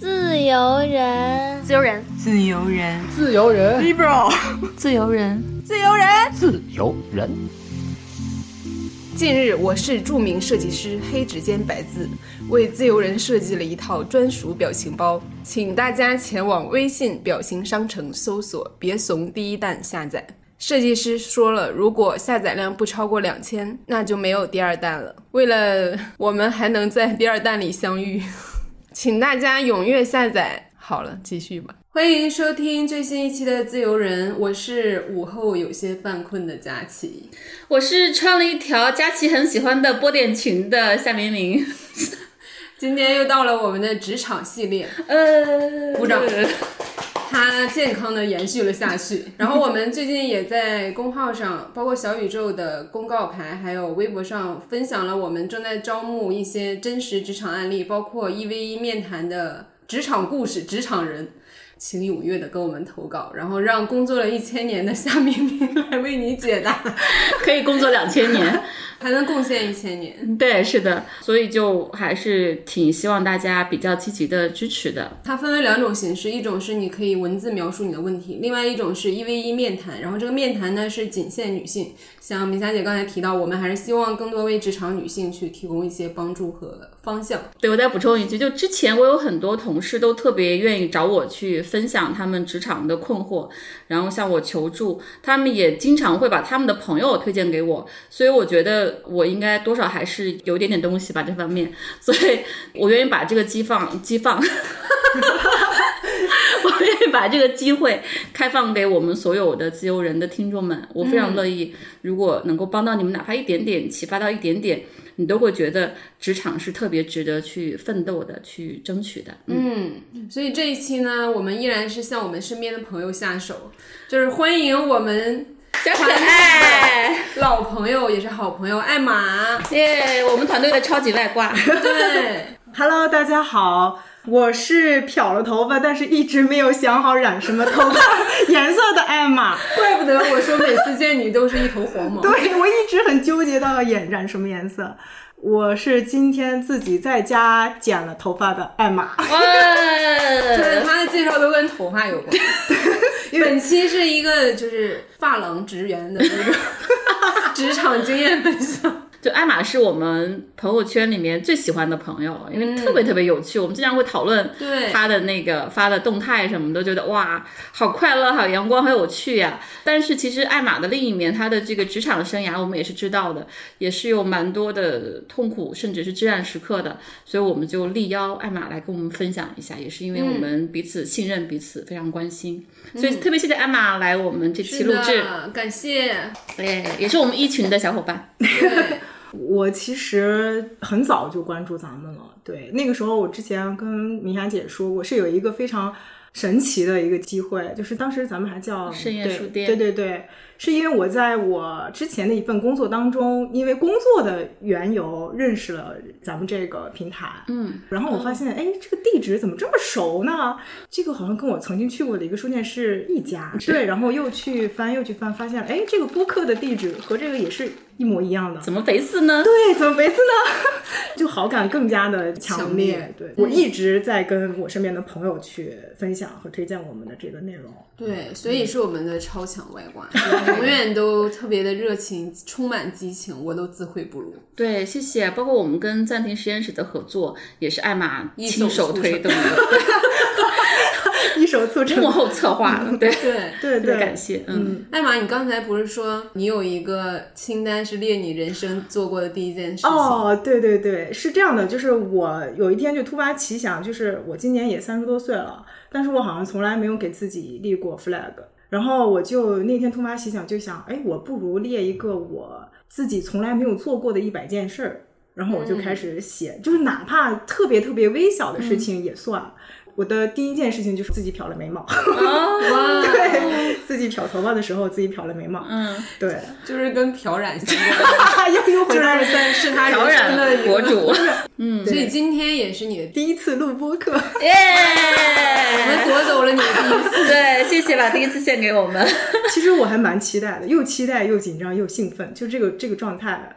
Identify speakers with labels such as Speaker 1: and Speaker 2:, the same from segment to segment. Speaker 1: 自由人，
Speaker 2: 自由人，
Speaker 3: 自由人
Speaker 4: 自由人，
Speaker 3: ，liberal，
Speaker 2: 自由人，
Speaker 3: 自由人。
Speaker 4: 自由人，
Speaker 5: 近日，我市著名设计师黑直间白字为自由人设计了一套专属表情包，请大家前往微信表情商城搜索“别怂第一弹”下载。设计师说了，如果下载量不超过两千，那就没有第二弹了。为了我们还能在第二弹里相 遇，请大家踊跃下载。好了，继续吧。欢迎收听最新一期的《自由人》，我是午后有些犯困的佳琪。
Speaker 6: 我是穿了一条佳琪很喜欢的波点裙的夏明明，
Speaker 5: 今天又到了我们的职场系列，
Speaker 6: 呃，
Speaker 5: 鼓掌它健康的延续了下去。然后我们最近也在公号上，包括小宇宙的公告牌，还有微博上分享了我们正在招募一些真实职场案例，包括一 v 一面谈的职场故事、职场人。请踊跃的跟我们投稿，然后让工作了一千年的夏明明来为你解答，
Speaker 6: 可以工作两千年，
Speaker 5: 还能贡献一千年。
Speaker 6: 对，是的，所以就还是挺希望大家比较积极的支持的。
Speaker 5: 它分为两种形式，一种是你可以文字描述你的问题，另外一种是一 v 一面谈。然后这个面谈呢是仅限女性，像明霞姐刚才提到，我们还是希望更多为职场女性去提供一些帮助和方向。
Speaker 6: 对我再补充一句，就之前我有很多同事都特别愿意找我去分享他们职场的困惑，然后向我求助，他们也经常会把他们的朋友推荐给我，所以我觉得我应该多少还是有点点东西吧这方面，所以我愿意把这个机放机放。 我愿意把这个机会开放给我们所有的自由人的听众们，我非常乐意。如果能够帮到你们，哪怕一点点，启发到一点点，你都会觉得职场是特别值得去奋斗的、去争取的。嗯，
Speaker 5: 嗯，所以这一期呢，我们依然是向我们身边的朋友下手，就是欢迎我们
Speaker 6: 加可爱，
Speaker 5: 老朋友也是好朋友艾玛，
Speaker 6: 耶！我们团队的超级外 挂，
Speaker 5: 对，
Speaker 3: Hello，大家好，我是漂了头发，但是一直没有想好染什么头发颜色的艾玛。
Speaker 5: 怪不得我说每次见你都是一头黄毛。
Speaker 3: 对我一直很纠结到底染染什么颜色。我是今天自己在家剪了头发的艾玛。
Speaker 5: 对，
Speaker 6: 哇！
Speaker 5: 他的介绍都跟头发 有关。本期是一个就是发廊职员的这个 职场经验分享。
Speaker 6: 就艾玛是我们朋友圈里面最喜欢的朋友，因为特别特别有趣，我们经常会讨论
Speaker 5: 嗯对
Speaker 6: 他的那个发的动态什么的，觉得哇，好快乐，好阳光，好有趣呀、但是其实艾玛的另一面，她的这个职场生涯，我们也是知道的，也是有蛮多的痛苦，甚至是至暗时刻的。所以我们就力邀艾玛来跟我们分享一下，也是因为我
Speaker 5: 嗯
Speaker 6: 们彼此信任，彼此非常关心，所以特别谢谢艾玛来我们这期
Speaker 5: 是
Speaker 6: 录制，
Speaker 5: 的，感 谢。
Speaker 6: 对，也是我们一群的小伙伴。
Speaker 5: 对，
Speaker 3: 我其实很早就关注咱们了，对，那个时候我之前跟明霞姐说，我是有一个非常神奇的一个机会，就是当时咱们还叫
Speaker 6: 盛宴
Speaker 3: 对
Speaker 6: 书店
Speaker 3: 对对对，是因为我在我之前的一份工作当中，因为工作的缘由认识了咱们这个平台，
Speaker 6: 嗯，
Speaker 3: 然后我发现，哎，这个地址怎么这么熟呢？这个好像跟我曾经去过的一个书店是一家，对，然后又去翻又去翻，发现，哎，这个播客的地址和这个也是一模一样的。
Speaker 6: 怎么肥四呢？
Speaker 3: 对，怎么回事呢？ 就好感更加的强
Speaker 5: 强烈
Speaker 3: 对我一直在跟我身边的朋友去分享和推荐我们的这个内容。
Speaker 5: 对，所以是我们的超强外挂，就是永远都特别的热情，充满激情，我都自愧不如。
Speaker 6: 对，谢谢。包括我们跟暂停实验室的合作，也是艾玛
Speaker 5: 一
Speaker 6: 亲
Speaker 5: 手
Speaker 6: 手
Speaker 5: 促
Speaker 6: 推
Speaker 5: 成
Speaker 6: 动的，
Speaker 3: 一手促成
Speaker 6: 幕，后策划了。对，
Speaker 5: 对，
Speaker 6: 特别
Speaker 3: 对对，
Speaker 6: 感谢。嗯，
Speaker 5: 艾玛，你刚才不是说你有一个清单是列你人生做过的第一件事情？
Speaker 3: 哦，对对对，是这样的，就是我有一天就突发奇想，就是我今年也三十多岁了，但是我好像从来没有给自己立过 flag。然后我就那天突发奇想，就想，哎，我不如列一个我自己从来没有做过的一百件事儿。然后我就
Speaker 5: 嗯
Speaker 3: 开始写，就是哪怕特别特别微小的事情也算。我的第一件事情就是自己漂了眉毛，
Speaker 5: 哦哇，
Speaker 3: 对 自己漂头发的时候自己漂了眉毛，
Speaker 6: 嗯，
Speaker 3: 对，
Speaker 5: 就是跟漂染相关。
Speaker 3: 又又
Speaker 5: 就
Speaker 3: 回
Speaker 5: 是嗯
Speaker 3: 到了
Speaker 5: 在是他
Speaker 6: 挑
Speaker 5: 人生
Speaker 6: 染
Speaker 5: 的一
Speaker 6: 博
Speaker 5: 个，
Speaker 6: 主，
Speaker 5: 所以今天也是你的，
Speaker 3: 第一次录播客。
Speaker 5: 我们
Speaker 6: 耶！
Speaker 5: 夺走了你的第一次。
Speaker 6: 对，谢谢把第一次献给我们。
Speaker 3: 其实我还蛮期待的，又期待又紧张又兴奋，就这个这个状态。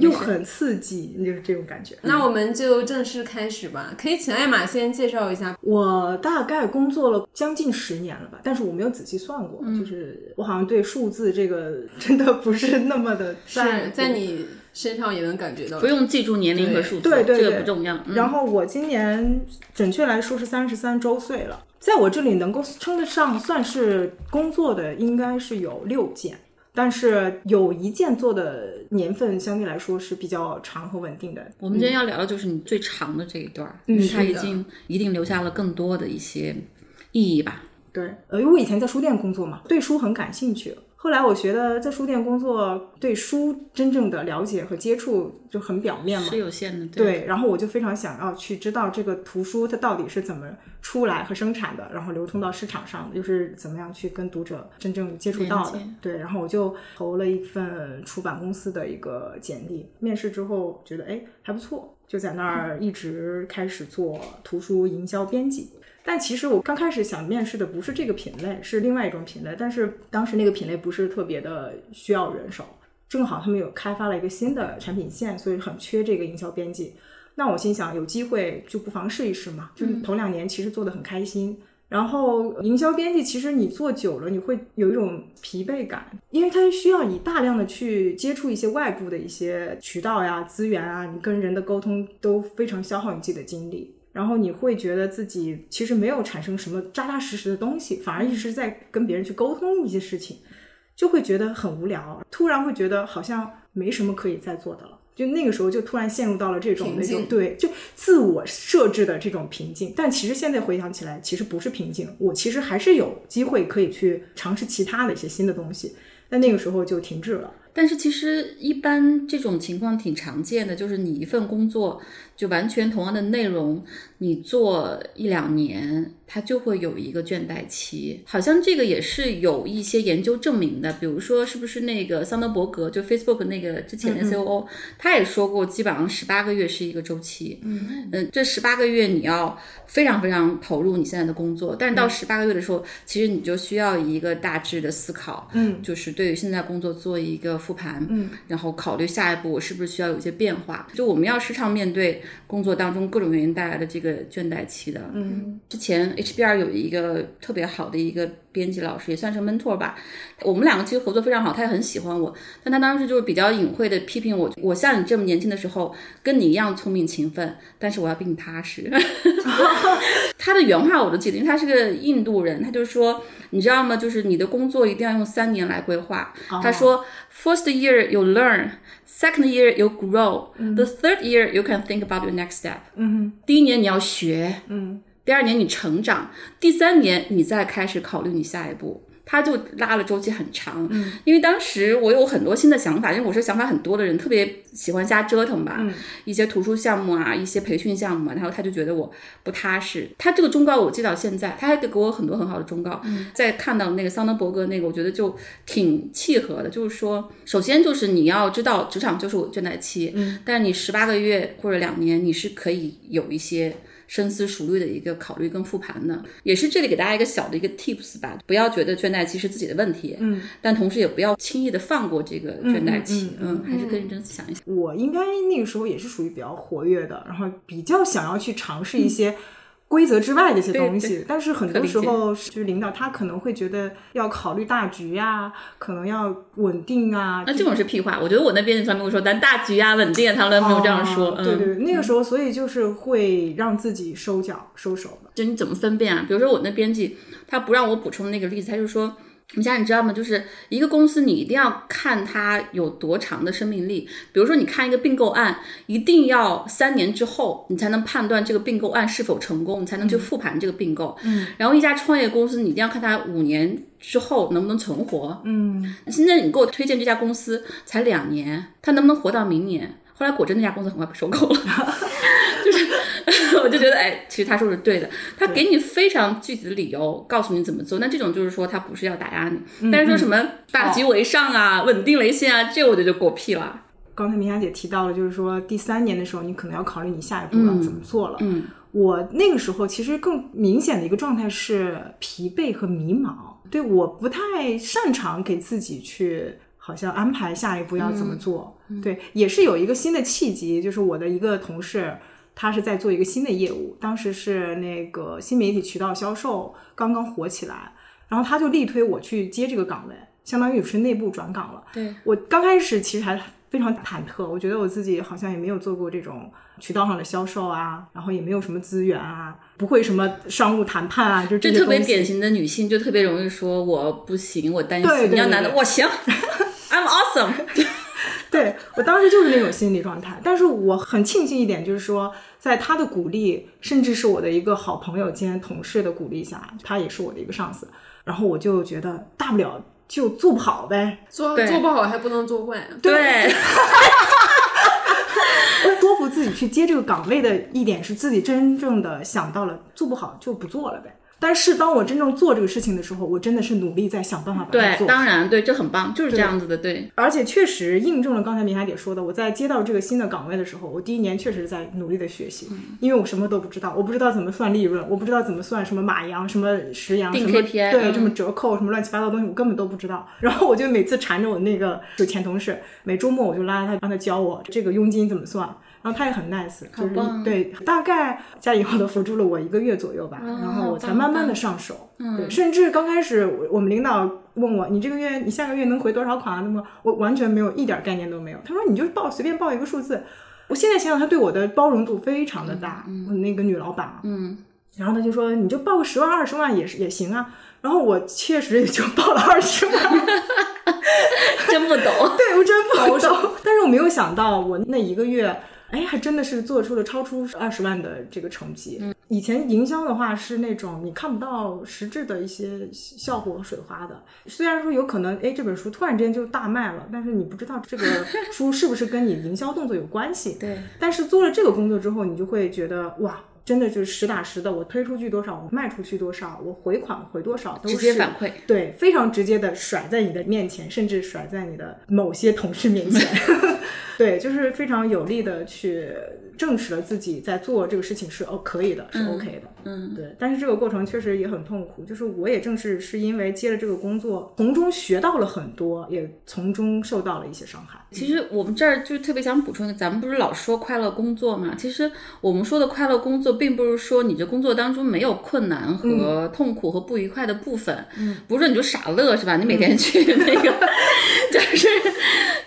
Speaker 3: 又很刺激，就是这种感觉。
Speaker 6: 嗯
Speaker 3: 嗯
Speaker 5: 那我们就正式开始吧。可以请艾玛先介绍一下。
Speaker 3: 我大概工作了将近十年了吧，但是我没有仔细算过，
Speaker 5: 嗯
Speaker 3: 就是我好像对数字这个 真的不是那么的在
Speaker 5: 是
Speaker 3: 乎
Speaker 5: 在你身上也能感觉到
Speaker 6: 不，用记住年龄和数字，
Speaker 3: 对对对
Speaker 6: 这个不重要。嗯、
Speaker 3: 然后我今年准确来说是三十三周岁了，在我这里能够称得上算是工作的，应该是有六件，但是有一件做的年份相对来说是比较长和稳定的。
Speaker 6: 我们今天要聊的就是你最长的这一段儿，
Speaker 3: 嗯
Speaker 6: 因为它
Speaker 5: 是
Speaker 6: 已
Speaker 5: 的
Speaker 6: 经一定留下了更多的一些意义吧。
Speaker 3: 对，呃，因为我以前在书店工作嘛，对书很感兴趣。后来我觉得在书店工作，对书真正的了解和接触就很表面嘛
Speaker 6: 是，有限的，对。
Speaker 3: 对，然后我就非常想要去知道这个图书它到底是怎么出来和生产的，然后流通到市场上的，又是怎么样去跟读者真正接触到的
Speaker 6: 连接。
Speaker 3: 对，然后我就投了一份出版公司的一个简历，面试之后觉得哎还不错，就在那儿一直开始做图书营销编辑。但其实我刚开始想面试的不是这个品类，是另外一种品类，但是当时那个品类不是特别的需要人手，正好他们有开发了一个新的产品线，所以很缺这个营销编辑。那我心想，有机会就不妨试一试嘛。就是头两年其实做的很开心，然后营销编辑其实你做久了，你会有一种疲惫感，因为它需要你大量的去接触一些外部的一些渠道呀、资源啊，你跟人的沟通都非常消耗你自己的精力。然后你会觉得自己其实没有产生什么扎扎实实的东西，反而一直在跟别人去沟通一些事情。就会觉得很无聊，突然会觉得好像没什么可以再做的了。就那个时候，就突然陷入到了这种
Speaker 5: 平
Speaker 3: 那
Speaker 5: 静
Speaker 3: 种对，就自我设置的这种瓶颈。但其实现在回想起来，其实不是瓶颈，我其实还是有机会可以去尝试其他的一些新的东西。但那个时候就停滞了。
Speaker 6: 但是其实一般这种情况挺常见的，就是你一份工作就完全同样的内容，你做一两年，它就会有一个倦怠期。好像这个也是有一些研究证明的，比如说是不是那个桑德伯格，就 Facebook 那个之前的 COO，、他也说过，基本上十八个月是一个周期。嗯嗯，这十八个月你要非常非常投入你现在的工作，但是到十八个月的时候，其实你就需要一个大致的思考。
Speaker 3: 嗯
Speaker 6: 就是对于现在工作做一个复盘，
Speaker 3: 嗯，
Speaker 6: 然后考虑下一步我是不是需要有一些变化。就我们要时常面对工作当中各种原因带来的这个倦怠期的。
Speaker 3: 嗯
Speaker 6: 之前 HBR 有一个特别好的一个编辑老师，也算是 mentor 吧，我们两个其实合作非常好，他也很喜欢我，但他当时就是比较隐晦的批评我，我像你这么年轻的时候，跟你一样聪明勤奋，但是我要比你踏实。 他的原话我都记得，因为他是个印度人，他就说，你知道吗？就是你的工作一定要用三年来规划。他说，first year you learn。Second year you grow, the third year you can think about your next step.
Speaker 3: 嗯
Speaker 6: 第一年你要学，
Speaker 3: 嗯
Speaker 6: 第二年你成长，第三年你再开始考虑你下一步。他就拉了周期很长，嗯，因为当时我有很多新的想法，因为我是想法很多的人，特别喜欢瞎折腾吧，
Speaker 3: 嗯
Speaker 6: 一些图书项目啊，一些培训项目啊，然后他就觉得我不踏实。他这个忠告我记到现在，他还给给我很多很好的忠告。
Speaker 3: 嗯
Speaker 6: 在看到那个桑德伯格那个，我觉得就挺契合的，就是说，首先就是你要知道职场就是我倦怠期，
Speaker 3: 嗯
Speaker 6: 但是你十八个月或者两年，你是可以有一些。深思熟虑的一个考虑跟复盘的，也是这里给大家一个小的一个 tips 吧，不要觉得倦怠期是自己的问题，
Speaker 3: 嗯，
Speaker 6: 但同时也不要轻易的放过这个倦怠期，
Speaker 3: 嗯
Speaker 6: 还是更认真想一想。
Speaker 3: 我应该那个时候也是属于比较活跃的，然后比较想要去尝
Speaker 6: 嗯
Speaker 3: 试一些规则之外的一些东西。但是很多时候，就是领导他可能会觉得要考虑大局呀，可能要稳定啊。
Speaker 6: 那这种是屁话，我觉得我那边的传媒会说咱大局啊、稳定啊，他们没有这样说。
Speaker 3: 哦
Speaker 6: 嗯，
Speaker 3: 对对对，那个时候所以就是会让自己收脚收手的。
Speaker 6: 就你怎么分辨啊？比如说我那编辑他不让我补充那个例子，他就说。你想你知道吗？就是一个公司，你一定要看它有多长的生命力。比如说，你看一个并购案，一定要三年之后，你才能判断这个并购案是否成功，你才能去复盘这个并购。嗯。然后，一家创业公司，你一定要看它五年之后能不能存活。
Speaker 3: 嗯
Speaker 6: 现在你给我推荐这家公司才两年，它能不能活到明年？后来果真那家公司很快被收购了， 就是我就觉得哎，其实他说的是对的，他给你非常具体的理由，告诉你怎么做。那这种就是说他不是要打压你，
Speaker 3: 嗯
Speaker 6: 但是说什么大局为上啊、
Speaker 3: 哦
Speaker 6: 稳定为先啊，这我觉得就狗屁了。
Speaker 3: 刚才明霞姐提到了，就是说第三年的时候，你可能要考虑你下一步要
Speaker 6: 嗯
Speaker 3: 怎么做了。
Speaker 6: 嗯，
Speaker 3: 我那个时候其实更明显的一个状态是疲惫和迷茫，对，
Speaker 6: 嗯
Speaker 3: 我不太擅长给自己去好像安排下一步要怎么做。对，也是有一个新的契机，就是我的一个同事，他是在做一个新的业务，当时是那个新媒体渠道销售刚刚火起来，然后他就力推我去接这个岗位，相当于我是内部转岗了。
Speaker 6: 对
Speaker 3: 我刚开始其实还非常忐忑，我觉得我自己好像也没有做过这种渠道上的销售啊，然后也没有什么资源啊，不会什么商务谈判啊，就这
Speaker 6: 就
Speaker 3: 些
Speaker 6: 特别
Speaker 3: 东西
Speaker 6: 典型的女性，就特别容易说我不行，我担心。
Speaker 3: 对对对
Speaker 6: 你要男
Speaker 3: 对
Speaker 6: 的，我 行，I'm awesome。
Speaker 3: 对我当时就是那种心理状态，但是我很庆幸一点，就是说，在他的鼓励，甚至是我的一个好朋友兼同事的鼓励下，他也是我的一个上司，然后我就觉得大不了就做不好呗，
Speaker 5: 做
Speaker 6: 对
Speaker 5: 做不好还不能做坏，
Speaker 6: 对，
Speaker 3: 说服自己去接这个岗位的一点是自己真正的想到了，做不好就不做了呗。但是当我真正做这个事情的时候，我真的是努力在想办法把它
Speaker 6: 对，
Speaker 3: 做。
Speaker 6: 当然，对，这很棒，就是这样子的，对，
Speaker 3: 而且确实印证了刚才明海姐说的，我在接到这个新的岗位的时候，我第一年确实在努力的学习，
Speaker 6: 嗯
Speaker 3: 因为我什么都不知道，我不知道怎么算利润，我不知道怎么算什么马洋、什么石洋、什
Speaker 6: 定
Speaker 3: 么
Speaker 6: KPI
Speaker 3: 对，
Speaker 6: 嗯
Speaker 3: 什么折扣、什么乱七八糟的东西，我根本都不知道。 然后我就每次缠着我那个就前同事，每周末我就拉着他让他教我这个佣金怎么算。然后他也很 nice，就是
Speaker 6: 棒啊
Speaker 3: 对，大概加引号的扶助了我一个月左右吧，然后我才
Speaker 6: 好棒
Speaker 3: 慢慢
Speaker 6: 好
Speaker 3: 的
Speaker 6: 棒
Speaker 3: 上手。对，甚至刚开始我我们领导问我，你这个月你下个月能回多少款啊？那么我完全没有一点概念都没有。他说你就报随便报一个数字。我现在想想，他对我的包容度非常的大。我那个女老板，嗯，然后他就说你就报个十万二十万也是也行啊。然后我确实也就报了二十万，
Speaker 6: 真不懂。
Speaker 3: 对我真不懂。但是我没有想到，我那一个月，哎，还真的是做出了超出二十万的这个成绩。以前营销的话是那种你看不到实质的一些效果和水花的，虽然说有可能，哎，这本书突然之间就大卖了，但是你不知道这个书是不是跟你营销动作有关系。
Speaker 6: 对，
Speaker 3: 但是做了这个工作之后，你就会觉得哇。真的就是实打实的，我推出去多少，我卖出去多少，我回款回多少，都是
Speaker 6: 直接反馈
Speaker 3: 对，非常直接的甩在你的面前，甚至甩在你的某些同事 面前。对，就是非常有力的去证实了自己在做这个事情是哦可以的，是 OK 的。嗯，对。但是这个过程确实也很痛苦，就是我也正是是因为接了这个工作，从中学到了很多，也从中受到了一些伤害。
Speaker 6: 其实我们这儿就特别想补充一个，咱们不是老说快乐工作嘛？其实我们说的快乐工作，并不是说你这工作当中没有困难和痛苦和不愉快的部分，嗯、不是说你就傻乐是吧？你每
Speaker 3: 嗯
Speaker 6: 天去那个、 就是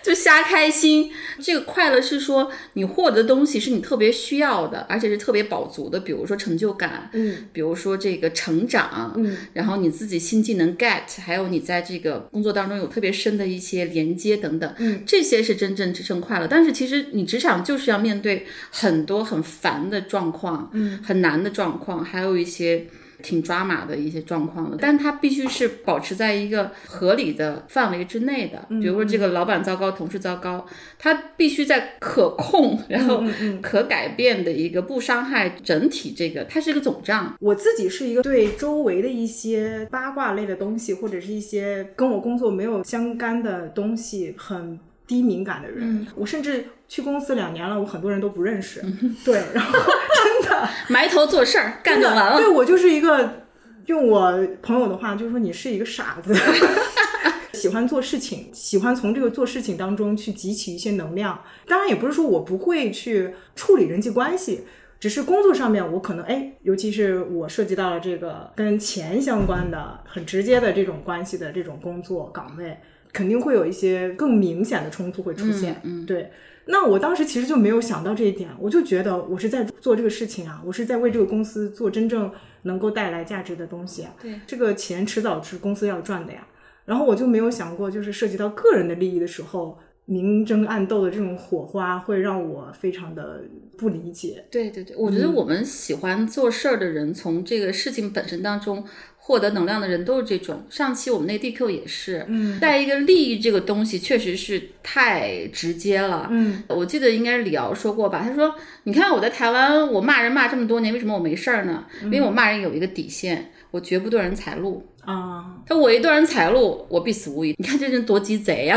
Speaker 6: 就瞎开心。这个快乐是说你获得的东西是你特别需要的，而且是特别饱足的，比如说成就感，
Speaker 3: 嗯
Speaker 6: 比如说这个成长，
Speaker 3: 嗯，
Speaker 6: 然后你自己新技能 get，还有你在这个工作当中有特别深的一些连接等等，
Speaker 3: 嗯，
Speaker 6: 这些是真正支撑快乐。但是其实你职场就是要面对很多很烦的状况，嗯，很难的状况，还有一些。挺抓马的一些状况的，但它必须是保持在一个合理的范围之内的。比如说这个老板糟糕，同事糟糕，它必须在可控，然后可改变的一个不伤害整体这个，它是一个总账。
Speaker 3: 我自己是一个对周围的一些八卦类的东西，或者是一些跟我工作没有相干的东西很低敏感的人。我甚至去公司两年了，我很多人都不认识。对，然后真的
Speaker 6: 埋头做事儿，干就完
Speaker 3: 对
Speaker 6: 了。
Speaker 3: 我就是一个，用我朋友的话就是说，你是一个傻子。 喜欢做事情，喜欢从这个做事情当中去汲取一些能量。当然，也不是说我不会去处理人际关系，只是工作上面我可能哎，尤其是我涉及到了这个跟钱相关的、很直接的这种关系的这种工作岗位，肯定会有一些更明显的冲突会出现。嗯，对。那我当时其实就没有想到这一点，我就觉得我是在做这个事情啊，我是在为这个公司做真正能够带来价值的东西啊。
Speaker 6: 对，
Speaker 3: 这个钱迟早是公司要赚的呀。然后我就没有想过，就是涉及到个人的利益的时候，明争暗斗的这种火花会让我非常的不理解。
Speaker 6: 对对对，我觉得我们喜欢做事儿的人，从这个事情本身当中获得能量的人，都是这种。上期我们那 DQ 也是，嗯，带一个利益这个东西，确实是太直接了。
Speaker 3: 嗯，
Speaker 6: 我记得应该是李敖说过吧，他说：“你看我在台湾，我骂人骂这么多年，为什么我没事儿呢？因为我骂人有一个底线，我绝不断人财路。”
Speaker 3: 啊，
Speaker 6: 他我一断人财路，我必死无疑。你看这人多鸡贼呀、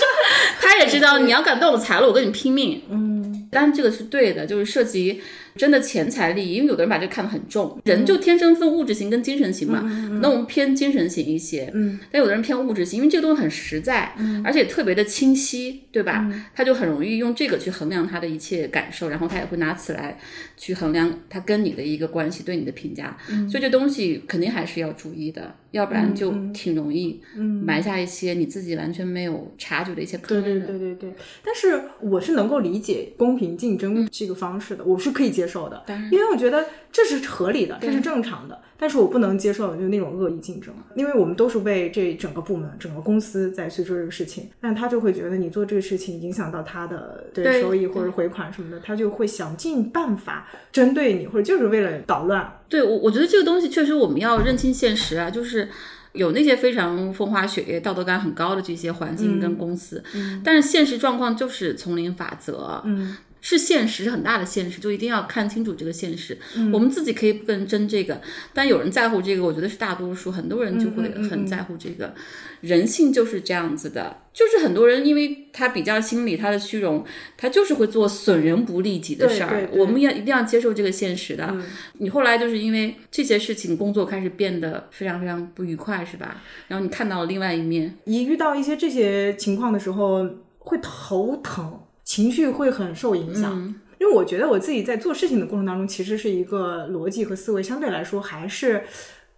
Speaker 6: 他也知道你要敢断我财路，我跟你拼命。嗯，但这个是对的，就是涉及真的钱财利益，因为有的人把这个看得很重，人
Speaker 3: 嗯
Speaker 6: 就天生分物质型跟精神型嘛，那我们偏精神型一些，嗯，但有的人偏物质型，因为这个东西很实在，
Speaker 3: 嗯
Speaker 6: 而且特别的清晰，对吧？他就很容易用这个去衡量他的一切感受，然后他也会拿此来去衡量他跟你的一个关系，对你的评价，
Speaker 3: 嗯
Speaker 6: 所以这东西肯定还是要注意的，要不然就
Speaker 3: 嗯
Speaker 6: 挺容易埋下一些你自己完全没有察觉的一些坑
Speaker 3: 对
Speaker 6: 的。
Speaker 3: 对对对嗯对，但是我是能够理解公平竞争这个方式的，我是可以接受的，因为我觉得这是合理的，这是正常的。但是我不能接受就是那种恶意竞争，因为我们都是为这整个部门、整个公司在去做这个事情，但他就会觉得你做这个事情影响到他的对
Speaker 6: 对
Speaker 3: 收益或者回款什么的，他就会想尽办法针对你，或者就是为了捣乱。
Speaker 6: 对我，我觉得这个东西确实我们要认清现实啊，就是有那些非常风花雪月、道德感很高的这些环境跟公司，但是现实状况就是丛林法则，
Speaker 3: 嗯，
Speaker 6: 是现实很大的现实，就一定要看清楚这个现实。我们自己可以不跟争这个，但有人在乎这个，我觉得是大多数，很多人就会很在乎这个。人性就是这样子的，就是很多人因为他比较心理，他的虚荣，他就是会做损人不利己的
Speaker 3: 对
Speaker 6: 事儿
Speaker 3: 对。嗯对
Speaker 6: 我们要一定要接受这个现实的。你后来就是因为这些事情，工作开始变得非常非常不愉快，是吧？然后你看到了另外一面，
Speaker 3: 一遇到一些这些情况的时候，会头疼，情绪会很受影响。
Speaker 6: 嗯
Speaker 3: 因为我觉得我自己在做事情的过程当中，其实是一个逻辑和思维相对来说还是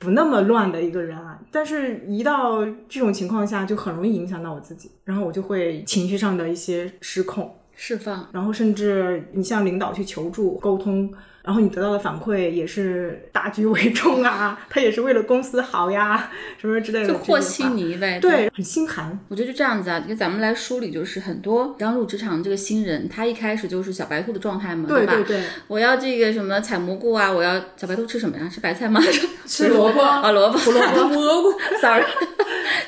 Speaker 3: 不那么乱的一个人啊。但是，一到这种情况下，就很容易影响到我自己，然后我就会情绪上的一些失控，
Speaker 6: 释放。
Speaker 3: 然后甚至你向领导去求助、沟通，然后你得到的反馈也是大局为重啊，他也是为了公司好呀，什么之类的这
Speaker 6: 就
Speaker 3: 些话，
Speaker 6: 和稀泥呗，
Speaker 3: 对，很心寒。
Speaker 6: 我觉得就这样子啊，因为咱们来梳理，就是很多刚入职场这个新人，他一开始就是小白兔的状态嘛，
Speaker 3: 对
Speaker 6: 吧？
Speaker 3: 对对，
Speaker 6: 我要这个什么采蘑菇啊，我要小白兔吃什么呀？吃白 菜吗？
Speaker 3: 吃萝卜
Speaker 6: 啊，萝卜，
Speaker 3: 萝卜
Speaker 6: 蘑菇，sorry。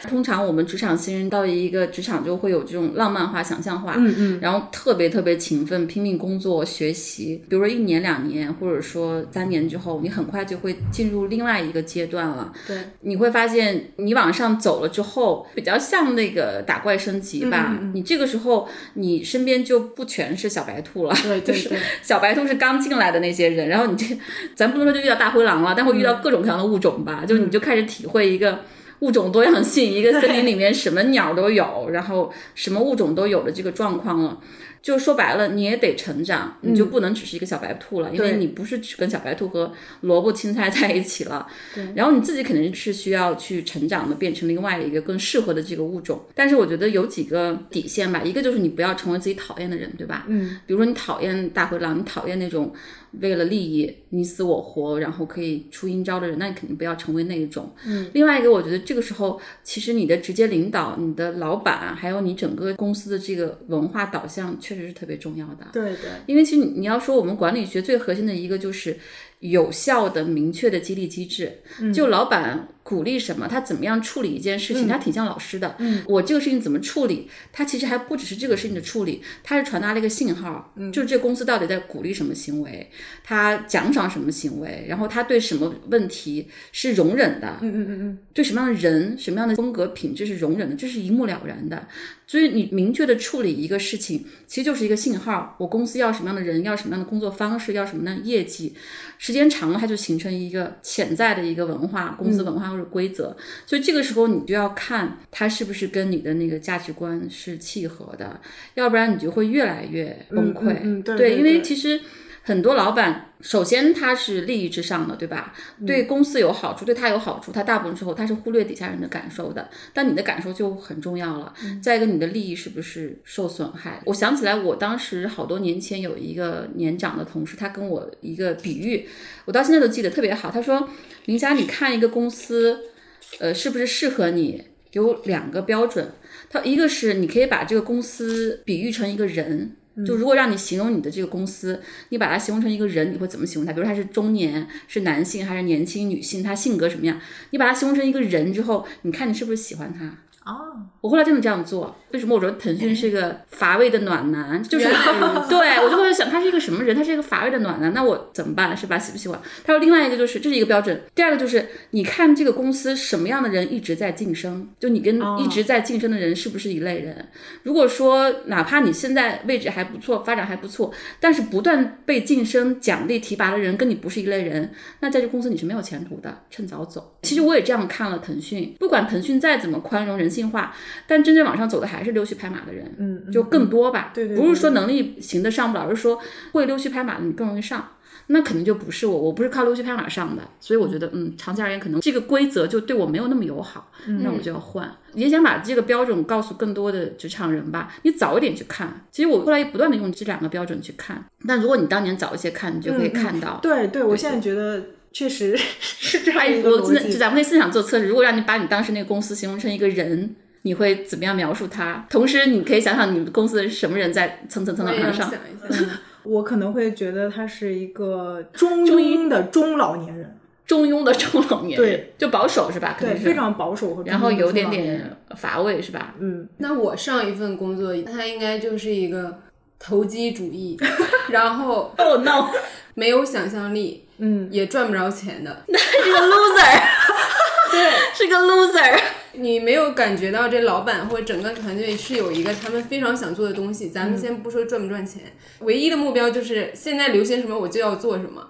Speaker 6: 通常我们职场新人到一个职场就会有这种浪漫化、想象化，
Speaker 3: 嗯嗯，
Speaker 6: 然后特别特别勤奋，拼命工作学习。比如说一年、两年，或者说三年之后，你很快就会进入另外一个阶段了。
Speaker 3: 对，
Speaker 6: 你会发现你往上走了之后，比较像那个打怪升级吧。
Speaker 3: 嗯
Speaker 6: 你这个时候，你身边就不全是小白兔了，
Speaker 3: 对对
Speaker 6: 就是
Speaker 3: 对
Speaker 6: 小白兔是刚进来的那些人。然后你这，咱不能说就遇到大灰狼了，但会遇到
Speaker 3: 嗯
Speaker 6: 各种各样的物种吧。就是你就开始体会一个。物种多样性，一个森林里面什么鸟都有，然后什么物种都有的这个状况了。就说白了，你也得成长，你就不能只是一个小白兔了，因为
Speaker 3: 嗯对
Speaker 6: 你不是只跟小白兔和萝卜青菜在一起了。然后你自己肯定是需要去成长的，变成另外一个更适合的这个物种。但是我觉得有几个底线吧，一个就是你不要成为自己讨厌的人，对吧？
Speaker 3: 嗯，
Speaker 6: 比如说你讨厌大灰狼，你讨厌那种为了利益你死我活，然后可以出阴招的人，那你肯定不要成为那一种。嗯，另外一个，我觉得这个时候其实你的直接领导、你的老板，还有你整个公司的这个文化导向，确实是特别重要的。
Speaker 3: 对对，
Speaker 6: 因为其实你要说我们管理学最核心的一个就是有效的、明确的激励机制。就老板鼓励什么，他怎么样处理一件事情，他挺像老师的。嗯，我这个事情怎么处理，他其实还不只是这个事情的处理，他是传达了一个信号，就是这公司到底在鼓励什么行为，他奖赏什么行为，然后他对什么问题是容忍的，
Speaker 3: 嗯嗯嗯嗯，
Speaker 6: 对什么样的人、什么样的风格品质是容忍的，这是一目了然的。所以你明确的处理一个事情，其实就是一个信号。我公司要什么样的人，要什么样的工作方式，要什么样的业绩，时间长了，它就形成一个潜在的一个文化、公司文化或者规则。所以这个时候你就要看它是不是跟你的那个价值观是契合的，要不然你就会越来越崩溃。
Speaker 3: 嗯嗯对对
Speaker 6: 因为
Speaker 3: 对
Speaker 6: 其实很多老板。首先，他是利益至上的，对吧？
Speaker 3: 嗯
Speaker 6: 对公司有好处，对他有好处，他大部分时候他是忽略底下人的感受的。但你的感受就很重要了。
Speaker 3: 嗯
Speaker 6: 再一个，你的利益是不是受损害？我想起来，我当时好多年前有一个年长的同事，他跟我一个比喻，我到现在都记得特别好。他说：“林霞，你看一个公司，呃，是不是适合你？有两个标准。他一个是你可以把这个公司比喻成一个人。”就如果让你形容你的这个公司，你把它形容成一个人，你会怎么形容他？比如说他是中年，是男性还是年轻女性，他性格什么样？你把它形容成一个人之后，你看你是不是喜欢他？
Speaker 3: 哦，
Speaker 6: 我后来真的这样做，为什么我说腾讯是一个乏味的暖男？就是对我就会想他是一个什么人？他是一个乏味的暖男，那我怎么办？是吧？喜不喜欢？还有另外一个就是这是一个标准，第二个就是你看这个公司什么样的人一直在晋升，就你跟一直在晋升的人是不是一类人？如果说哪怕你现在位置还不错，发展还不错，但是不断被晋升、奖励、提拔的人跟你不是一类人，那在这公司你是没有前途的，趁早走。其实我也这样看了腾讯，不管腾讯再怎么宽容人性化，但真正往上走的还是溜须拍马的人，
Speaker 3: 嗯嗯
Speaker 6: 就更多吧。
Speaker 3: 对对
Speaker 6: 不
Speaker 3: 对
Speaker 6: 是说能力行得上不了，而是说会溜须拍马的你更容易上。那肯定就不是我，我不是靠溜须拍马上的，所以我觉得，嗯，长期而言，可能这个规则就对我没有那么友好，
Speaker 3: 嗯
Speaker 6: 那我就要换。也想把这个标准告诉更多的职场人吧，你早一点去看。其实我后来也不断的用这两个标准去看，但如果你当年早一些看，你就可以
Speaker 3: 嗯
Speaker 6: 看到。
Speaker 3: 对对，我现在觉得确实是这样
Speaker 6: 哎
Speaker 3: 一，个
Speaker 6: 我真
Speaker 3: 逻
Speaker 6: 的，就
Speaker 3: 辑。
Speaker 6: 咱们可以现场做测试，如果让你把你当时那个公司形容成一个人。你会怎么样描述他？同时，你可以想想你们公司是什么人在蹭蹭蹭
Speaker 5: 我
Speaker 6: 的
Speaker 5: 也要
Speaker 6: 往
Speaker 5: 哎想
Speaker 6: 上。
Speaker 5: 一下，
Speaker 3: 我可能会觉得他是一个中庸的中老年人，
Speaker 6: 中庸的中老年人
Speaker 3: 对，
Speaker 6: 就保守是吧？肯
Speaker 3: 对，
Speaker 6: 定是
Speaker 3: 非常保守和中庸的
Speaker 6: 然后有点
Speaker 3: 中老年人
Speaker 6: 点乏味是吧？
Speaker 3: 嗯，
Speaker 5: 那我上一份工作，他应该就是一个投机 主义，然后
Speaker 6: 哦、no，
Speaker 5: 没有想象力，
Speaker 3: 嗯，
Speaker 5: 也赚不着钱的。
Speaker 6: 是个 loser，对， 是个 loser。
Speaker 5: 你没有感觉到这老板或者整个团队是有一个他们非常想做的东西。咱们先不说赚不赚钱，唯一的目标就是现在流行什么我就要做什么。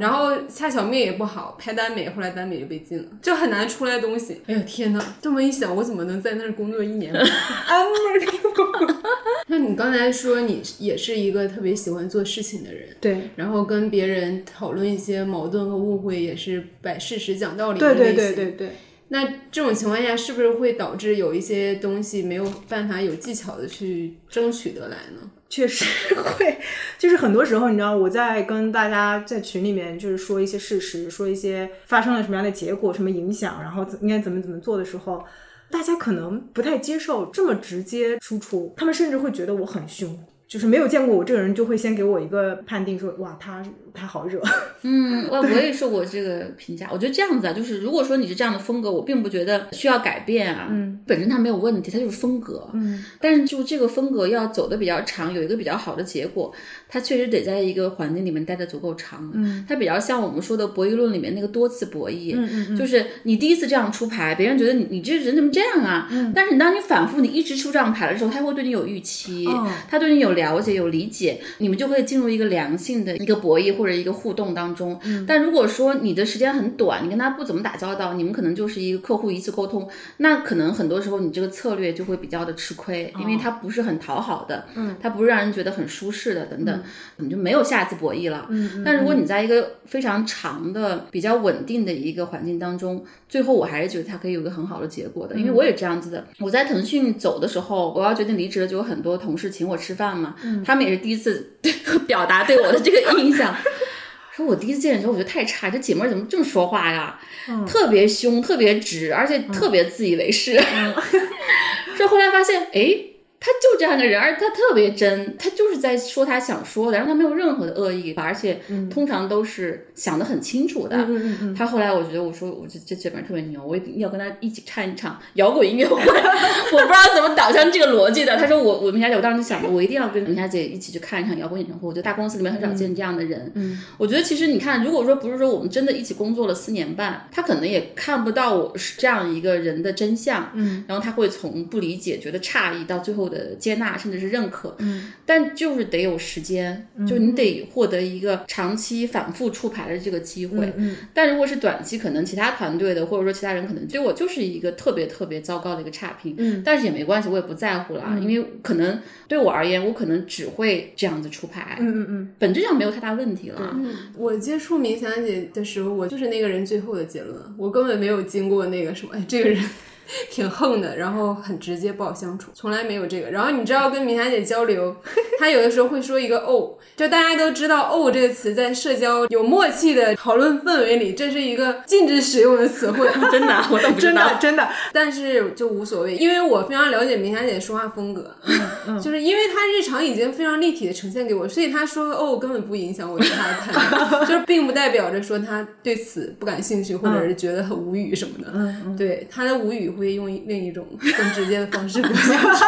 Speaker 5: 然后恰巧面也不好，拍耽美，后来耽美就被禁了，就很难出来东西。哎呦天哪！这么一想，我怎么能在那儿工作一年 半？Unbelievable！那你刚才说你也是一个特别喜欢做事情的人，
Speaker 3: 对
Speaker 5: 然后跟别人讨论一些矛盾和误会，也是摆事实讲道理的
Speaker 3: 对对
Speaker 5: 类型
Speaker 3: 对对对，
Speaker 5: 那这种情况下，是不是会导致有一些东西没有办法有技巧的去争取得来呢？
Speaker 3: 确实 会，就是很多时候，你知道我在跟大家在群里面就是说一些事实，说一些发生了什么样的结果、什么影响，然后怎应该怎么怎么做的时候，大家可能不太接受这么直接输出，他们甚至会觉得我很凶。就是没有见过我这个人，就会先给我一个判定说，哇，他他好惹，
Speaker 6: 嗯，我我也受过这个评价。我觉得这样子啊，就是如果说你是这样的风格，我并不觉得需要改变啊。嗯，本身它没有问题，它就是风格。嗯，但是就这个风格要走的比较长，有一个比较好的结果，它确实得在一个环境里面待的足够长。嗯，它比较像我们说的博弈论里面那个多次博弈。嗯嗯就是你第一次这样出牌，别人觉得你你这人怎么这样啊？嗯，但是当你反复你一直出这样牌的时候，他会对你有预期。
Speaker 3: 哦
Speaker 6: 他对你有了解、有理解，你们就会进入一个良性的一个博弈或者一个互动当中。但如果说你的时间很短，你跟他不怎么打交道，你们可能就是一个客户一次沟通，那可能很多时候你这个策略就会比较的吃亏，因为它不是很讨好的，哦嗯，它不是让人觉得很舒适的等等，你就没有下一次博弈了。嗯，但如果你在一个非常长的、比较稳定的一个环境当中，最后我还是觉得它可以有一个很好的结果的，因为我也这样子的。我在腾讯走的时候，我要决定离职了，就有很多同事请我吃饭嘛，他们也是第一次 表达对我的这个印象。说我第一次见的时候，我觉得太差，这姐妹儿怎么这么说话呀？
Speaker 3: 嗯
Speaker 6: 特别凶，特别直，而且特别自以为是。
Speaker 3: 嗯
Speaker 6: 所以后来发现，哎，他就这样个人，而且他特别真，他就是在说他想说的，然后他没有任何的恶意，而且通常都是想得很清楚的。
Speaker 3: 嗯嗯，
Speaker 6: 他后来我觉得，我说我这这姐妹儿特别牛，我一定要跟她一起唱一场摇滚音 乐会。我不知道怎么导向这个逻辑的。他说我我明霞姐，我当时就想着我一定要跟明霞姐一起去看一场摇滚演唱会。我觉得大公司里面很少见这样的人。嗯，我觉得其实你看，如果说不是说我们真的一起工作了四年半，他可能也看不到我是这样一个人的真相。嗯，然后他会从不理解、觉得诧异到最后的接纳，甚至是认可。嗯，但就是得有时间，
Speaker 3: 嗯
Speaker 6: 就你得获得一个长期反复出牌的这个机
Speaker 3: 嗯
Speaker 6: 会。但如果是短期，可能其他团队的或者说其他人可能对我就是一个特别特别糟糕的一个差评，嗯，但是也没关系，我也不在乎了，
Speaker 3: 嗯
Speaker 6: 因为可能对我而言，我可能只会这样子出牌，
Speaker 3: 嗯嗯嗯，
Speaker 6: 本质上没有太大问题了。
Speaker 5: 我接触明霞姐的时候，我就是那个人最后的结论，我根本没有经过那个什么，哎，这个人挺横的，然后很直接，不好相处，从来没有这个。然后你知道跟明霞姐交流， 她有的时候会说一个“哦”，就大家都知道“哦”这个词在社交有默契的讨论氛围里，这是一个禁止使用的词汇。
Speaker 6: 真的啊，我 都不知
Speaker 3: 真的
Speaker 6: 道。
Speaker 3: 真的，
Speaker 5: 但是就无所谓，因为我非常了解明霞姐说话风格，
Speaker 3: 嗯
Speaker 5: 就是因为她日常已经非常立体的呈现给我，所以她说个哦根本不影响我对她的 判断，就是并不
Speaker 3: 嗯
Speaker 5: 代表着说她对此不感兴趣，或者是觉得很无语什么的。对她的无语不可以用另一种更直接的方式过下去？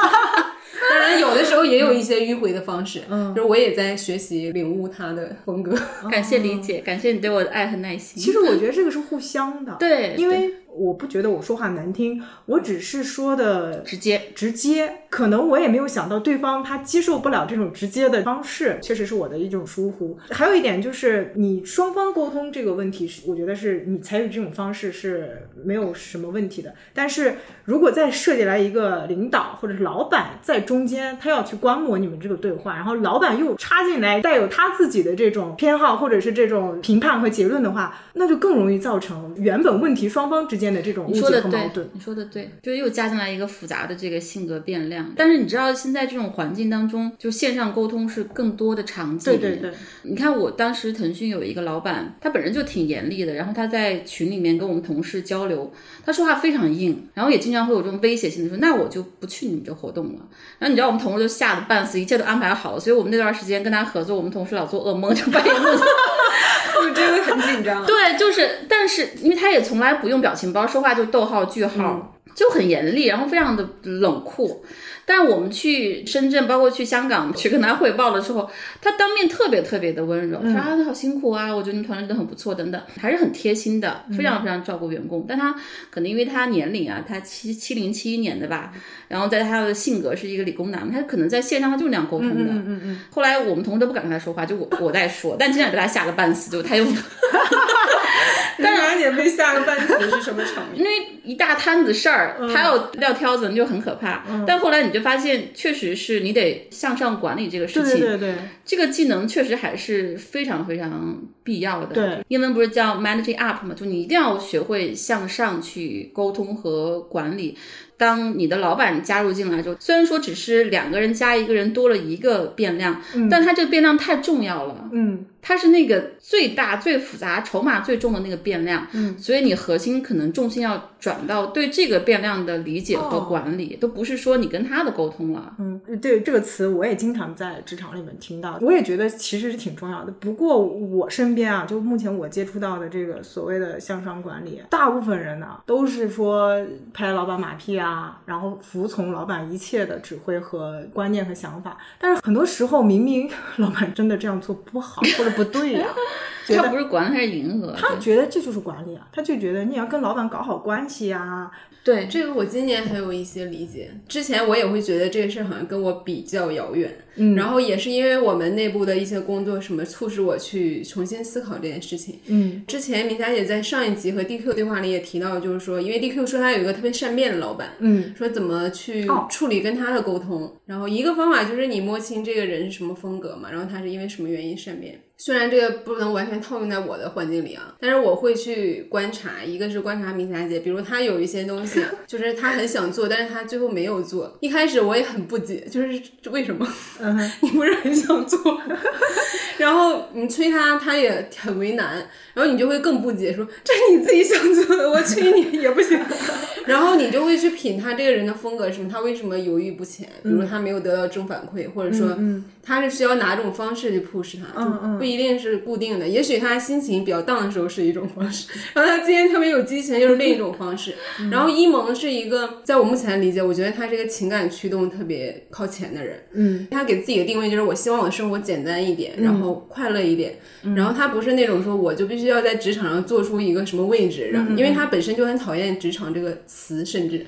Speaker 5: 当然，有的时候也有一些迂回的方式，嗯，就是我也在学习领悟他的风格。
Speaker 6: 感谢理解，感谢你对我的爱和耐心。
Speaker 3: 哦其实我觉得这个是互相的，
Speaker 6: 对
Speaker 3: 因为我不觉得我说话难听，我只是说的
Speaker 6: 直接
Speaker 3: 直接，可能我也没有想到对方他接受不了这种直接的方式，确实是我的一种疏忽。还有一点就是，你双方沟通这个问题是，我觉得是你采取这种方式是没有什么问题的。但是如果再设计来一个领导或者是老板在中间，他要去观摩你们这个对话，然后老板又插进来带有他自己的这种偏好或者是这种评判和结论的话，那就更容易造成原本问题双方之间的这种误
Speaker 6: 你说
Speaker 3: 解
Speaker 6: 的
Speaker 3: 和矛盾
Speaker 6: 对。，你说的对，就又加进来一个复杂的这个性格变量。但是你知道，现在这种环境当中，就线上沟通是更多的场景。
Speaker 3: 对对对，
Speaker 6: 你看，我当时腾讯有一个老板，他本人就挺严厉的，然后他在群里面跟我们同事交流，他说话非常硬，然后也经常会有这种威胁性的说，那我就不去你们这活动了。然后你知道我们同事就吓得半死，一切都安排好了，所以我们那段时间跟他合作，我们同事老做噩梦，就半夜梦 见
Speaker 5: 就真的很紧张。
Speaker 6: 对，就是，但是因为他也从来不用表情包，说话就逗号、句号，
Speaker 5: 嗯
Speaker 6: 就很严厉，然后非常的冷酷。但我们去深圳，包括去香港，去跟他汇报的时候，他当面特别特别的温柔，他说啊，你好辛苦啊，我觉得你们团队都很不错，等等，还是很贴心的，非常非常照顾员工。但他可能因为他年龄啊，他七七零七一年的吧，然后在他的性格是一个理工男，他可能在线上他就是那样沟通的。嗯嗯嗯后来我们同事都不敢跟他说话，就我我在说，但经常被他吓得半死，就他 又。
Speaker 3: 但是楠姐被吓个半死是什么场面？
Speaker 6: 因为一大摊子事儿，还有撂挑子，你就很可怕。但后来你就发现，确实是你得向上管理这个事
Speaker 3: 对
Speaker 6: 情，
Speaker 3: 对对对，
Speaker 6: 这个技能确实还是非常非常必要的。
Speaker 3: 对，
Speaker 6: 英文不是叫 managing up 嘛，就你一定要学会向上去沟通和管理。当你的老板加入进来之后，虽然说只是两个人加一个人多了一个变量，但他这个变量太重要了。
Speaker 3: 嗯，
Speaker 6: 它是那个最大、最复杂、筹码最重的那个变量，嗯，所以你核心可能重心要转到对这个变量的理解
Speaker 3: 哦
Speaker 6: 和管理，都不是说你跟他的沟通了。
Speaker 3: 嗯，对这个词，我也经常在职场里面听到，我也觉得其实是挺重要的。不过我身边啊，就目前我接触到的这个所谓的向上管理，大部分人呢、都是说拍老板马屁啊，然后服从老板一切的指挥和观念和想法。但是很多时候，明 明老板真的这样做不好或者不对呀、 觉
Speaker 6: 他
Speaker 3: 得
Speaker 6: 不是管理，他是迎合。
Speaker 3: 他觉得这就是管理啊，他就觉得你要跟老板搞好关系啊，
Speaker 6: 对，
Speaker 5: 这个我今年还有一些理解，之前我也会觉得这个事儿好像跟我比较遥远，嗯，然后也是因为我们内部的一些工作什么，促使我去重新思考这件事情。
Speaker 3: 嗯，
Speaker 5: 之前明霞姐在上一集和 DQ 对话里也提到，就是说，因为 DQ 说他有一个特别善变的老板，
Speaker 3: 嗯，
Speaker 5: 说怎么去
Speaker 3: 哦
Speaker 5: 处理跟他的沟通，然后一个方法就是你摸清这个人是什么风格嘛，然后他是因为什么原因善变。虽然这个不能完全套用在我的环境里啊，但是我会去观察，一个是观察明霞姐，比如她有一些东西， 就是她很想做，但是她最后没有做。一开始我也很不解，就是这为什么？
Speaker 3: 嗯
Speaker 5: 你不是很想做，然后你催她，她也很为难，然后你就会更不解，说这是你自己想做的，我催你也不行。然后你就会去品他这个人的风格，什么他为什么犹豫不前，比如他没有得到正反馈，或者说他是需要哪种方式去 push 他，就不一定是固定的。也许他心情比较 down 的时候是一种方式，然后他今天特别有激情又是另一种方式。然后一萌是一个，在我目前理解，我觉得他是一个情感驱动特别靠前的人。嗯，他给自己的定位就是我希望我的生活简单一点，然后快乐一点。然后他不是那种说我就必须要在职场上做出一个什么位置，然后因为他本身就很讨厌“职场”这个词，甚至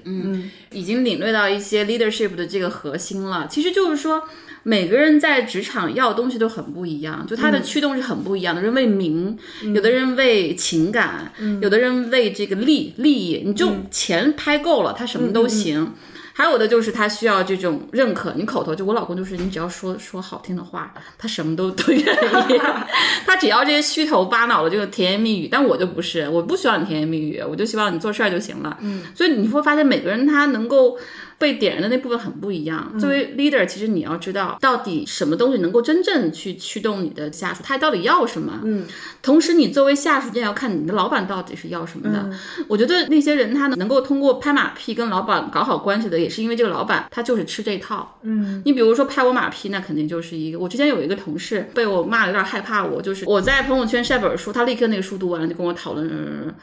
Speaker 6: 已经领略到一些 leadership 的这个核心了。其实就是说，每个人在职场要的东西都很不一样，就他的驱动是很不一样的。有人为名，有的人为情感，有的人为这个利利益。你就钱拍够了，他什么都行。还有的就是他需要这种认可，你口头就我老公就是你只要说说好听的话，他什么都都愿意， 他只要这些虚头巴脑的这个甜言蜜语，但我就不是，我不需要你甜言蜜语，我就希望你做事儿就行了。嗯，所以你会发现每个人他能够被点燃的那部分很不一样。作为 leader，其实你要知道到底什么东西能够真正去驱动你的下属，他到底要什么。嗯，同时你作为下属，你也要看你的老板到底是要什么的。我觉得那些人他能够通过拍马屁跟老板搞好关系的，也是因为这个老板他就是吃这套。嗯，你比如说拍我马屁，那肯定就是一个。我之前有一个同事被我骂的有点害怕我，就是我在朋友圈晒本书，他立刻那个书读完了就跟我讨论。嗯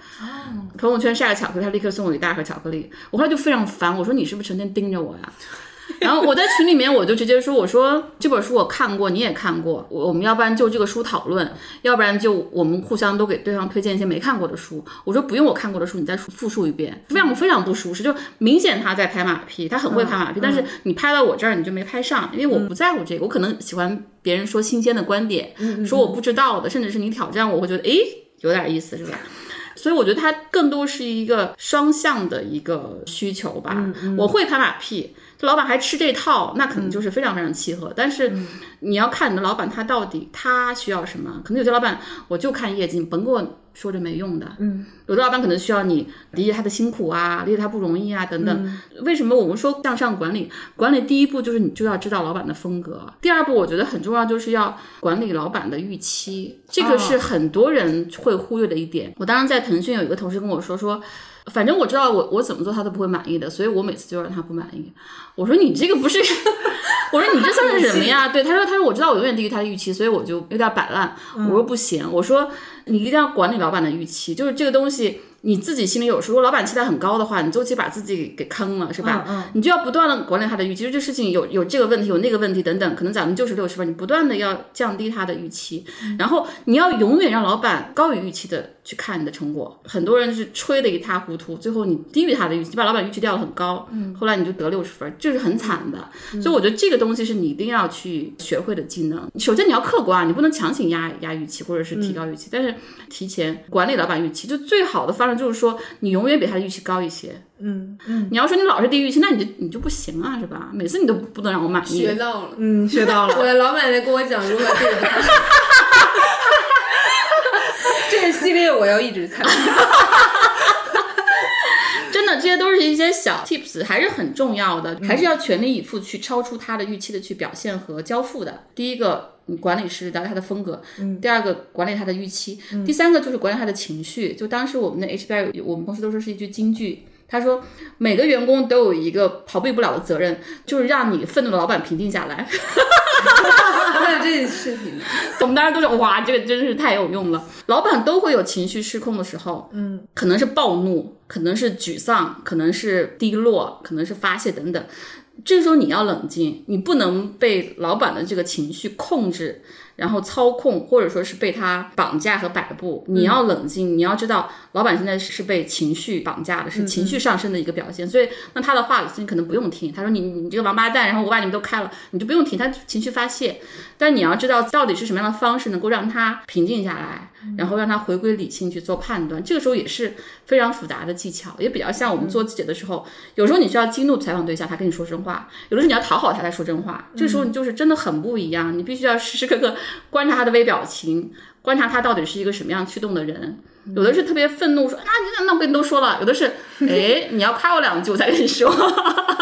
Speaker 6: 朋友圈晒个巧克力，他立刻送我一大盒巧克力。我后来就非常烦，我说你是不是成天盯着我呀？ 然后我在群里面我就直接说，我说这本书我看过，你也看过，我我们要不然就这个书讨论，要不然就我们互相都给对方推荐一些没看过的书。我说不用我看过的书，你再复述一遍，非常非常不舒适，就明显他在拍马屁，他很会拍马屁，但是你拍到我这儿你就没拍上，因为我不在乎这个，我可能喜欢别人说新鲜的观点，说我不知道的，甚至是你挑战我，我会觉得诶有点意思是吧？所以我觉得它更多是一个双向的一个需求吧。我会拍马屁，这老板还吃这套，那可能就是非常非常契合。但是你要看你的老板他到底他需要什么，可能有些老板我就看业绩，你甭给我说这没用的。嗯，有的老板可能需要你理解他的辛苦啊，理解他不容易啊等等。为什么我们说向上管理？管理第一步就是你就要知道老板的风格，第二步我觉得很重要就是要管理老板的预期，这个是很多人会忽略的一点。我当时在腾讯有一个同事跟我说说。反正我知道我我怎么做他都不会满意的，所以我每次就让他不满意。我说你这个不是， 我说你这算是什么呀？对，他说他说我知道我永远低于他的预期，所以我就有点摆烂。我说不行，我说你一定要管理老板的预期，就是这个东西你自己心里有数。如果老板期待很高的话，你就去把自己给坑了，是吧？你就要不断的管理他的预期，就是这事情有有这个问题，有那个问题等等，可能咱们就是六十分，你不断的要降低他的预期，
Speaker 3: 嗯
Speaker 6: 然后你要永远让老板高于预期的去看你的成果。很多人是吹的一塌糊涂，最后你低于他的预期，你把老板预期掉的很高，
Speaker 3: 嗯
Speaker 6: 后来你就得六十分，这是很惨的。所以我觉得这个东西是你一定要去学会的技能。首先你要客观，啊你不能强行压压预期或者是提
Speaker 3: 嗯
Speaker 6: 高预期，但是提前管理老板预期，就最好的方式就是说你永远比他的预期高一些。
Speaker 3: 嗯，
Speaker 6: 你要说你老是低预期，那你就你就不行啊，是吧？每次你都不能让我满意
Speaker 5: 学。到了。
Speaker 3: 嗯，学到了。
Speaker 5: 我的老奶奶跟我讲 如何对付他。这个系列我要一直 参加。
Speaker 6: 真的，这些都是一些小 tips，还是很重要的，还是要全力以赴去超出他的预期的去表现和交付的。第一个，你管理师了解他的风格；第二个，管理他的预期；第三个就是管理他的情绪。就当时我们的 HR，有我们公司都说是一句金句。他说，每个员工都有一个逃避不了的责任，就是让你愤怒的老板平静下来。
Speaker 5: 还有这视频呢，
Speaker 6: 我们当时都是哇，这个真是太有用了。老板都会有情绪失控的时候，嗯，可能是暴怒，可能是沮丧，可能是低落，可能是发泄等等。这个时候你要冷静，你不能被老板的这个情绪控制，然后操控，或者说是被他绑架和摆布。你要冷静，你要知道，老板现在是被情绪绑架的，是情绪上升的一个表现。所以，那他的话你可能不用听，他说你你这个王八蛋，然后我把你们都开了，你就不用听，他情绪发泄。但你要知道，到底是什么样的方式能够让他平静下来，然后让他回归理性去做判断。这个时候也是非常复杂的技巧，也比较像我们做记者的时候，有时候你需要激怒采访对象，他跟你说真话；有的时候你要讨好他，他说真话。这时候你就是真的很不一样，你必须要时时刻刻观察他的微表情，观察他到底是一个什么样驱动的人。有的是特别愤怒，说啊你那我跟你都说了；有的是哎你要夸我两句我才跟你说。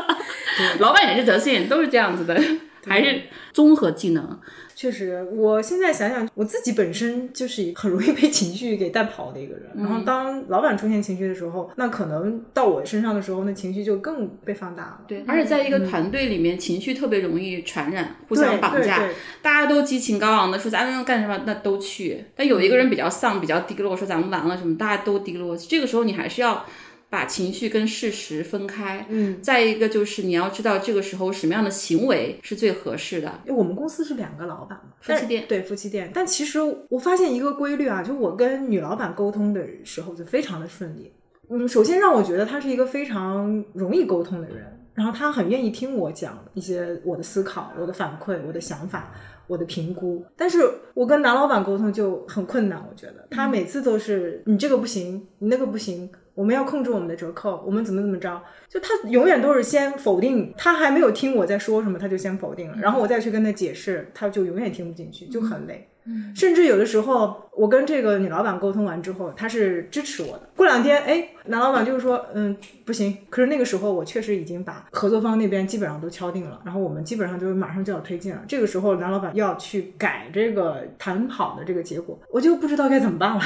Speaker 6: 老板也是德性，都是这样子的，还是综合技能。
Speaker 3: 确实，我现在想想，我自己本身就是很容易被情绪给带跑的一个人。然后当老板出现情绪的时候，那可能到我身上的时候，那情绪就更被放大了。
Speaker 6: 对，而且在一个团队里面，情绪特别容易传染，互
Speaker 3: 嗯对，
Speaker 6: 相绑架
Speaker 3: 对。对
Speaker 6: 大家都激情高昂的说咱们干什么，那都去。但有一个人比较丧，比较低落，说咱们完了什么，大家都低落。这个时候你还是要把情绪跟事实分开。嗯，再一个就是你要知道这个时候什么样的行为是最合适的。
Speaker 3: 因为我们公司是两个老板嘛，
Speaker 6: 夫妻店
Speaker 3: 但对夫妻店。但其实我发现一个规律啊，就我跟女老板沟通的时候就非常的顺利。嗯，首先让我觉得她是一个非常容易沟通的人，然后她很愿意听我讲一些我的思考、我的反馈、我的想法、我的评估。但是我跟男老板沟通就很困难，我觉得他每次都是你这个不行，你那个不行。我们要控制我们的折扣，我们怎么怎么着？就他永远都是先否定，他还没有听我在说什么，他就先否定了，然后我再去跟他解释，他就永远听不进去，就很累。甚至有的时候，我跟这个女老板沟通完之后，她是支持我的。过两天，哎，男老板就是说，嗯，不行。可是那个时候，我确实已经把合作方那边基本上都敲定了，然后我们基本上就是马上就要推进了。这个时候，男老板要去改这个谈好的这个结果，我就不知道该怎么办了。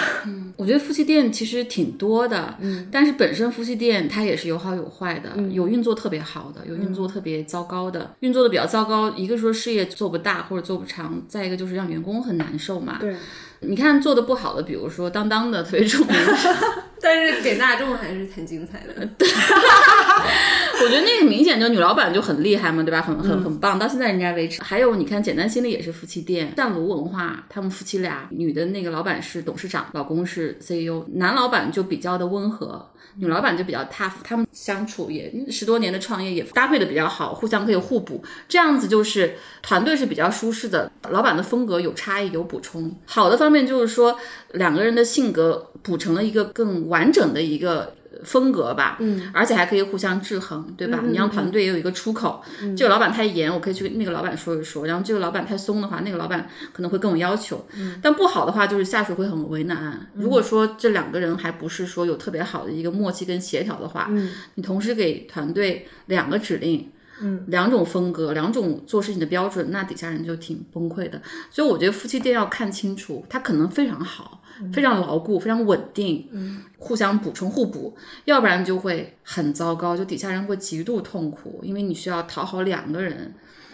Speaker 6: 我觉得夫妻店其实挺多的，嗯，但是本身夫妻店它也是有好有坏的，有运作特别好的，有运作特别糟糕的。运作的比较糟糕，一个说事业做不大或者做不长，再一个就是让员工很难受嘛。
Speaker 3: 对，
Speaker 6: 你看做的不好的，比如说当当的特别著名，
Speaker 5: 但是给大众还是很精彩的。
Speaker 6: 我觉得那个明显就女老板就很厉害嘛，对吧？很很很棒，到现在人家为止。还有你看，简单心理也是夫妻店，湛卢文化，他们夫妻俩，女的那个老板是董事长，老公是 CEO，男老板就比较的温和。女老板就比较 tough，他们相处也十多年的创业也搭配的比较好，互相可以互补，这样子就是团队是比较舒适的。老板的风格有差异，有补充。好的方面就是说，两个人的性格补成了一个更完整的一个风格吧，嗯，而且还可以互相制衡，对吧？你让团队也有一个出口。这个老板太严，我可以去跟那个老板说一说；然后这个老板太松的话，那个老板可能会更有要求。但不好的话就是下属会很为难。啊如果说这两个人还不是说有特别好的一个默契跟协调的话，你同时给团队两个指令。嗯，两种风格，两种做事情的标准，那底下人就挺崩溃的。所以我觉得夫妻店要看清楚，它可能非常好，非常牢固，非常稳定，嗯，互相补充互补，要不然就会很糟糕，就底下人会极度痛苦，因为你需要讨好两个人，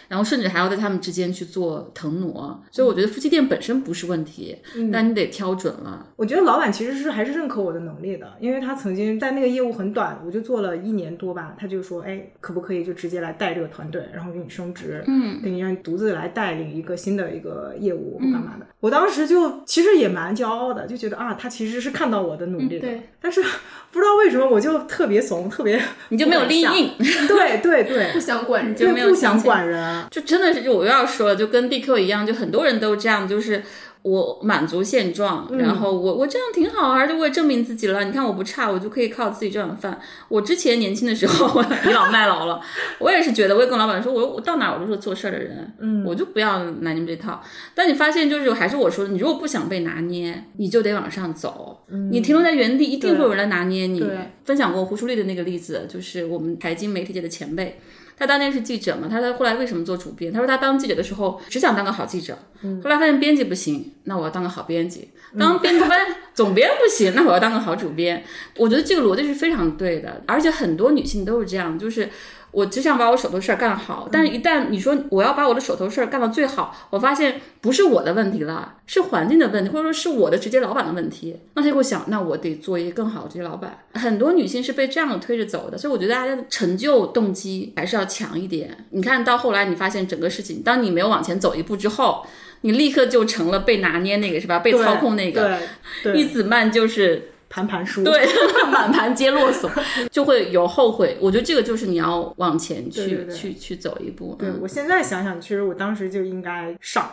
Speaker 6: 然后甚至还要在他们之间去做腾挪。所以我觉得夫妻店本身不是问题，但你得挑准了。
Speaker 3: 我觉得老板其实是还是认可我的能力的，因为他曾经在那个业务很短，我就做了一年多吧，他就说，哎，可不可以就直接来带这个团队，然后给你升职，嗯，给你让你独自来带领一个新的一个业务或干嘛的。我当时就其实也蛮骄傲的，就觉得啊，他其实是看到我的努力的，
Speaker 6: 嗯对
Speaker 3: 但是不知道为什么我就特别怂，特别
Speaker 6: 你就没有利
Speaker 3: 不敢
Speaker 6: 应，
Speaker 3: 想，对对 对，
Speaker 5: 不想管
Speaker 6: 就
Speaker 5: 就
Speaker 6: 没
Speaker 3: 对
Speaker 6: 有
Speaker 3: 不想
Speaker 6: 心情
Speaker 3: 管人，
Speaker 6: 就真的是，就我又要说了，就跟 DQ 一样，就很多人都这样，就是我满足现状，然后我我这样挺好啊，而且我也证明自己了。你看我不差，我就可以靠自己挣碗饭。我之前年轻的时候 倚老卖老了，我也是觉得，我也跟老板说，我我到哪儿我都是做事儿的人，嗯，我就不要拿你们这套。但你发现就是还是我说的，你如果不想被拿捏，你就得往上走，你停留在原地，一定会有人来拿捏你
Speaker 3: 对。
Speaker 6: 分享过胡舒丽的那个例子，就是我们财经媒体界的前辈。他当年是记者嘛，他他后来为什么做主编？他说他当记者的时候只想当个好记者，
Speaker 3: 嗯
Speaker 6: 后来发现编辑不行，那我要当个好编辑；当编辑发现总编不行，那我要当个好主编。我觉得这个逻辑是非常对的，而且很多女性都是这样，就是。我只想把我手头事儿干好，但
Speaker 3: 嗯
Speaker 6: 是一旦你说我要把我的手头事儿干到最好，我发现不是我的问题了，是环境的问题，或者说是我的直接老板的问题。那他就会想，那我得做一个更好的直接老板。很多女性是被这样的推着走的，所以我觉得大家的成就动机还是要强一点。你看到后来，你发现整个事情，当你没有往前走一步之后，你立刻就成了被拿捏那个，是吧？被
Speaker 3: 对
Speaker 6: 操控那个。，
Speaker 3: 对
Speaker 6: 一
Speaker 3: 对，
Speaker 6: 子曼就是
Speaker 3: 盘盘输，
Speaker 6: 对，满盘皆落索，就会有后悔。我觉得这个就是你要往前去
Speaker 3: 对对对
Speaker 6: 去去走一步。
Speaker 3: 对
Speaker 6: 嗯
Speaker 3: 我现在想想，其实我当时就应该上，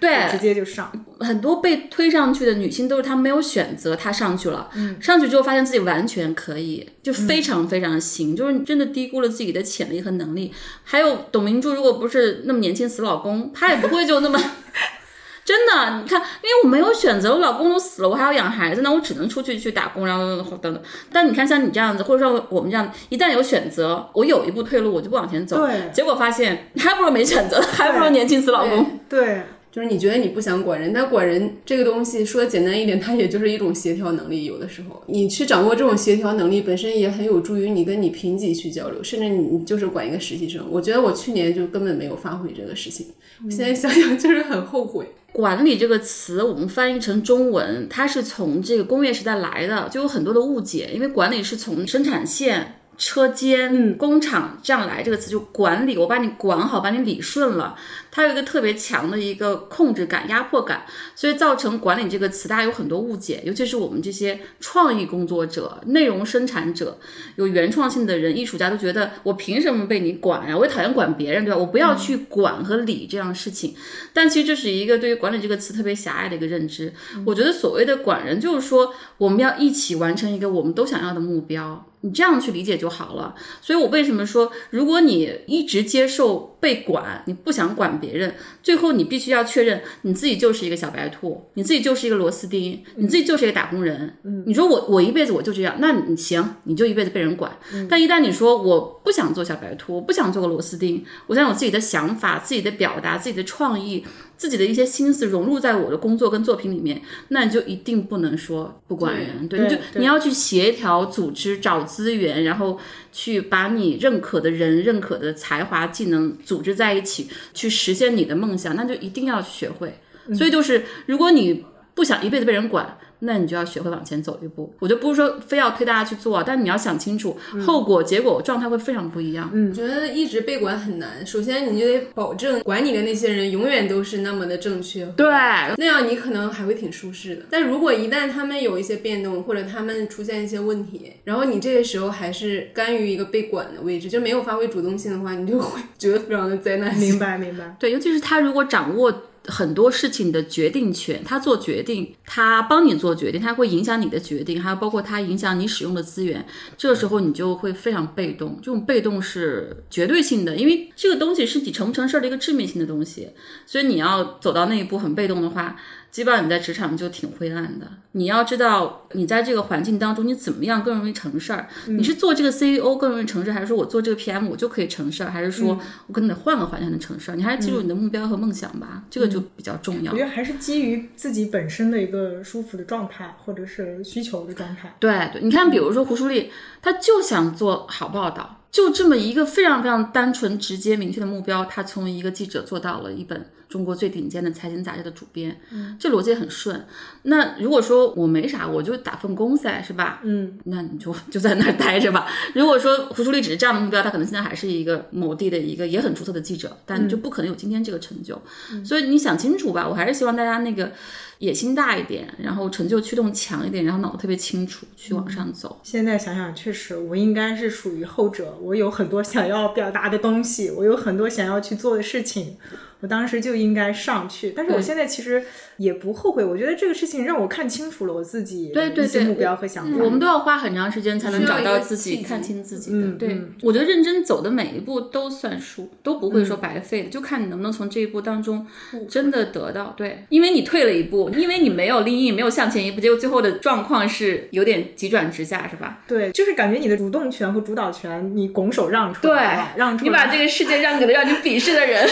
Speaker 6: 对
Speaker 3: 直接就上，
Speaker 6: 很多被推上去的女性都是她没有选择，她上去了，上去之后发现自己完全可以，就非常非常行，就是你真的低估了自己的潜力和能力。还有董明珠，如果不是那么年轻死老公，她也不会就那么。真的，你看，因为我没有选择，我老公都死了，我还要养孩子呢，我只能出去去打工，然后等等。但你看，像你这样子，或者说我们这样，一旦有选择，我有一步退路，我就不往前走。
Speaker 3: 对
Speaker 6: 结果发现还不如没选择，还不如年轻死老公。
Speaker 3: 对，
Speaker 5: 就是你觉得你不想管人，但管人这个东西说简单一点，它也就是一种协调能力。有的时候，你去掌握这种协调能力，本身也很有助于你跟你平级去交流，甚至你就是管一个实习生。我觉得我去年就根本没有发挥这个事情，我现在想想就是很后悔。
Speaker 6: 管理这个词，我们翻译成中文，它是从这个工业时代来的，就有很多的误解，因为管理是从生产线。车间、工厂这样来这个词就管理，我把你管好，把你理顺了，它有一个特别强的一个控制感、压迫感，所以造成管理这个词大家有很多误解，尤其是我们这些创意工作者、内容生产者、有原创性的人、艺术家都觉得我凭什么被你管呀、我也讨厌管别人，对吧？我不要去管和理这样的事情。但其实这是一个对于管理这个词特别狭隘的一个认知。我觉得所谓的管人，就是说我们要一起完成一个我们都想要的目标。你这样去理解就好了。所以我为什么说，如果你一直接受被管，你不想管别人，最后你必须要确认你自己就是一个小白兔，你自己就是一个螺丝钉，你自己就是一个打工人。嗯，你说我我一辈子我就这样，那你行，你就一辈子被人管。但一旦你说我不想做小白兔，我不想做个螺丝钉，我想有自己的想法、自己的表达、自己的创意、自己的一些心思融入在我的工作跟作品里面，那你就一定不能说不管人，对，
Speaker 3: 对
Speaker 6: 你就
Speaker 3: 对
Speaker 6: 你要去协调、组织、找资源，然后去把你认可的人、认可的才华、技能组织在一起，去实现你的梦想，那就一定要去学会。
Speaker 3: 嗯
Speaker 6: 所以就是，如果你不想一辈子被人管，那你就要学会往前走一步。我就不是说非要推大家去做啊，但你要想清楚
Speaker 3: 嗯
Speaker 6: 后果、结果、状态会非常不一样。
Speaker 5: 我觉得一直被管很难。首先，你就得保证管你的那些人永远都是那么的正确，
Speaker 6: 对，
Speaker 5: 那样你可能还会挺舒适的。但如果一旦他们有一些变动，或者他们出现一些问题，然后你这个时候还是甘于一个被管的位置，就没有发挥主动性的话，你就会觉得非常的灾难性。
Speaker 3: 明白明白。
Speaker 6: 对，尤其是他如果掌握很多事情的决定权，他做决定，他帮你做决定，他会影响你的决定，还有包括他影响你使用的资源。这个时候你就会非常被动，这种被动是绝对性的，因为这个东西是你成不成事儿的一个致命性的东西。所以你要走到那一步很被动的话，基本上你在职场就挺灰暗的。你要知道你在这个环境当中，你怎么样更容易成事儿？你是做这个 CEO 更容易成事儿，还是说我做这个 PM 我就可以成事儿？还是说我可能得换个环境才能成事儿？你还是记住你的目标和梦想吧，这个就比较重要
Speaker 3: 我觉。得还是基于自己本身的一个舒服的状态，或者是需求的状态。嗯
Speaker 6: 对对，你看，比如说胡舒丽，她就想做好报道，就这么一个非常非常单纯、直接、明确的目标，她从一个记者做到了一本中国最顶尖的财经杂志的主编，
Speaker 3: 嗯
Speaker 6: 这逻辑很顺。那如果说我没啥，我就打份工噻，是吧？
Speaker 3: 嗯，
Speaker 6: 那你就就在那儿待着吧。如果说胡舒丽只是这样的目标，她可能现在还是一个某地的一个也很出色的记者，但
Speaker 3: 嗯
Speaker 6: 就不可能有今天这个成就。所以你想清楚吧，我还是希望大家那个野心大一点，然后成就驱动强一点，然后脑子特别清楚，去往上走。
Speaker 3: 现在想想，确实我应该是属于后者。我有很多想要表达的东西，我有很多想要去做的事情，我当时就应该上去。但是我
Speaker 6: 对
Speaker 3: 现在其实也不后悔，我觉得这个事情让我看清楚了我自己
Speaker 6: 对对
Speaker 3: 一些
Speaker 6: 对嗯
Speaker 3: 目标和想法。
Speaker 6: 我们都要花很长时间才能
Speaker 5: 需要
Speaker 6: 找
Speaker 5: 一
Speaker 6: 到
Speaker 5: 个
Speaker 6: 自己，
Speaker 5: 契
Speaker 6: 看
Speaker 5: 机
Speaker 6: 清自己的。
Speaker 3: 嗯
Speaker 6: 对
Speaker 3: 嗯，
Speaker 6: 我觉得认真走的每一步都算数，都不会说白费的，就看你能不能从这一步当中真的得到。对，因为你退了一步，因为你没有立意，没有向前一步，结果最后的状况是有点急转直下，是吧？
Speaker 3: 对，就是感觉你的主动权和主导权，你拱手让出来了，让出
Speaker 6: 你
Speaker 3: 来
Speaker 6: 把这个世界让给了让你鄙视的人。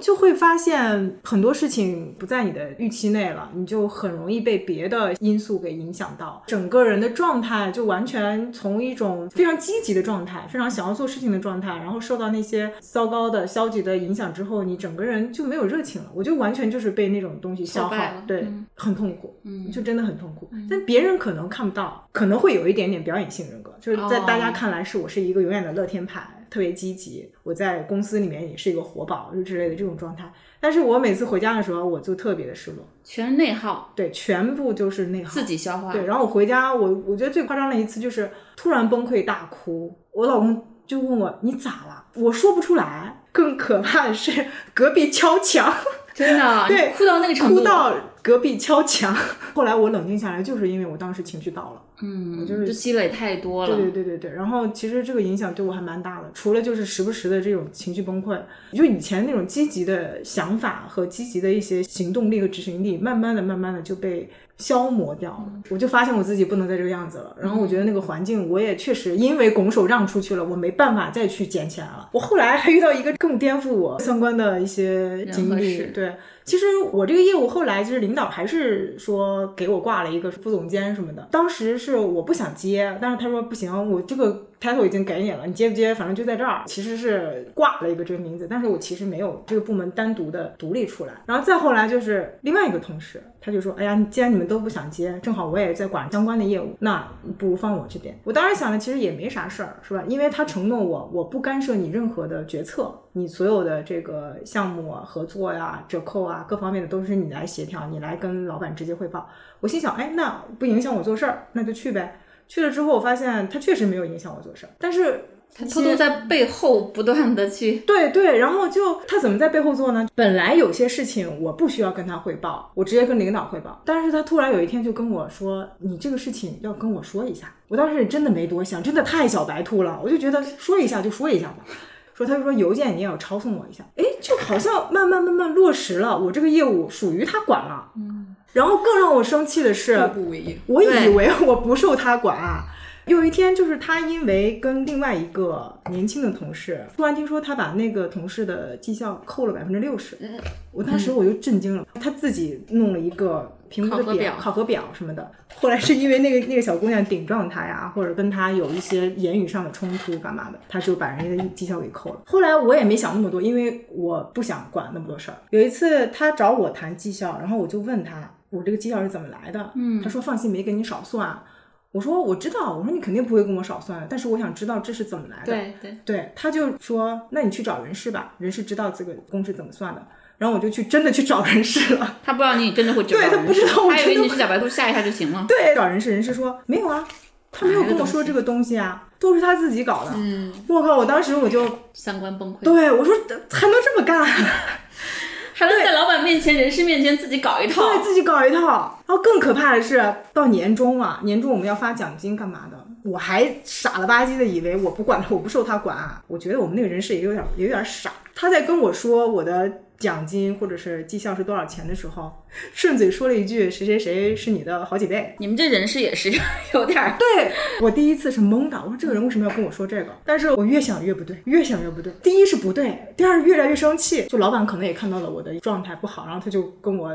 Speaker 3: 就会发现很多事情不在你的预期内了，你就很容易被别的因素给影响到，整个人的状态就完全从一种非常积极的状态，非常想要做事情的状态，然后受到那些糟糕的、消极的影响之后，你整个人就没有热情了。我就完全就是被那种东西消耗
Speaker 6: 挫败了，
Speaker 3: 对，
Speaker 6: 嗯
Speaker 3: 很痛苦，
Speaker 6: 嗯
Speaker 3: 就真的很痛苦。但别人可能看不到，可能会有一点点表演性人格，就是在大家
Speaker 6: 哦
Speaker 3: 看来是我是一个永远的乐天派，特别积极，我在公司里面也是一个活宝，就之类的这种状态。但是我每次回家的时候，我就特别的失落，
Speaker 6: 全是内耗，
Speaker 3: 对，全部就是内耗，
Speaker 6: 自己消化。
Speaker 3: 对，然后我回家，我我觉得最夸张的一次就是突然崩溃大哭，我老公就问我你咋了？我说不出来。更可怕的是隔壁敲墙，
Speaker 6: 真的，
Speaker 3: 对，
Speaker 6: 哭到那个程度，
Speaker 3: 哭到隔壁敲墙。 后来我冷静下来，就是因为我当时情绪到了。
Speaker 6: 嗯，
Speaker 3: 就是
Speaker 6: 就积累太多了。
Speaker 3: 对对对对对，然后其实这个影响对我还蛮大的，除了就是时不时的这种情绪崩溃，就以前那种积极的想法和积极的一些行动力和执行力，慢慢的、慢慢的就被消磨掉了。
Speaker 6: 嗯
Speaker 3: 我就发现我自己不能再这个样子了，然后我觉得那个环境，我也确实因为拱手让出去了，我没办法再去捡起来了。我后来还遇到一个更颠覆我三观的一些经
Speaker 6: 和
Speaker 3: 历
Speaker 6: 事，
Speaker 3: 对，其实我这个业务后来就是领导还是说给我挂了一个副总监什么的，当时是我不想接，但是他说不行，我这个 title 已经给你了，你接不接反正就在这儿。其实是挂了一个这个名字，但是我其实没有这个部门单独的独立出来。然后再后来就是另外一个同事，他就说，哎呀，既然你们都不想接，正好我也在管相关的业务，那不如放我这边。我当时想的其实也没啥事儿，是吧？因为他承诺我，我不干涉你任何的决策，你所有的这个项目啊、合作呀、折扣啊各方面的都是你来协调，你来跟老板直接汇报。我心想，哎，那不影响我做事儿，那就去呗。去了之后，我发现他确实没有影响我做事儿，但是
Speaker 6: 他偷偷在背后不断的去，
Speaker 3: 对对，然后就他怎么在背后做呢？本来有些事情我不需要跟他汇报，我直接跟领导汇报，但是他突然有一天就跟我说：“你这个事情要跟我说一下。”我当时真的没多想，真的太小白兔了，我就觉得说一下就说一下吧。说他就说邮件你也要抄送我一下，哎，就好像慢慢慢慢落实了，我这个业务属于他管了。嗯，然后更让我生气的是，
Speaker 5: 步步为营。
Speaker 3: 我以
Speaker 6: 对
Speaker 3: 为我不受他管、啊。有一天，就是他因为跟另外一个年轻的同事，突然听说他把那个同事的绩效扣了百分之六十，我当时我就震惊了。他自己弄了一个评估的
Speaker 6: 嗯考核表
Speaker 3: 考核表什么的。后来是因为那个那个小姑娘顶撞他呀，或者跟他有一些言语上的冲突干嘛的，他就把人家的绩效给扣了。后来我也没想那么多，因为我不想管那么多事儿。有一次他找我谈绩效，然后我就问他。我这个绩效是怎么来的？嗯，他说放心，没给你少算。我说我知道，我说你肯定不会跟我少算的，但是我想知道这是怎么来的。
Speaker 6: 对对，
Speaker 3: 对，他就说那你去找人事吧，人事知道这个公式怎么算的。然后我就去真的去找人事 了。
Speaker 6: 他不知道你真的会知道
Speaker 3: 对
Speaker 6: 人
Speaker 3: 他
Speaker 6: 事，
Speaker 3: 不知道我
Speaker 6: 他以
Speaker 3: 真的
Speaker 6: 为你
Speaker 3: 会
Speaker 6: 是小白兔吓一吓就行了。
Speaker 3: 对，找人事，人事说没有啊，他没有
Speaker 6: 哪来
Speaker 3: 跟
Speaker 6: 的
Speaker 3: 我
Speaker 6: 东
Speaker 3: 说
Speaker 6: 西
Speaker 3: 这个东西啊，都是他自己搞的。嗯，我靠，我当时我就
Speaker 6: 三观崩溃，
Speaker 3: 对我说还能这么干，
Speaker 6: 还能在老板面前、人事面前自己搞一套，
Speaker 3: 对自己搞一套。然后更可怕的是，到年终了，年终我们要发奖金干嘛的？我还傻了吧唧的以为我不管他，我不受他管啊。我觉得我们那个人事也有点也有点傻。他在跟我说我的奖金或者是绩效是多少钱的时候，顺嘴说了一句谁谁谁是你的好几倍，
Speaker 6: 你们这人事也是 有点儿
Speaker 3: 对我第一次是懵的，我说这个人为什么要跟我说这个？但是我越想越不对，越想越不对。第一是不对，第二越来越生气。就老板可能也看到了我的状态不好，然后他就跟我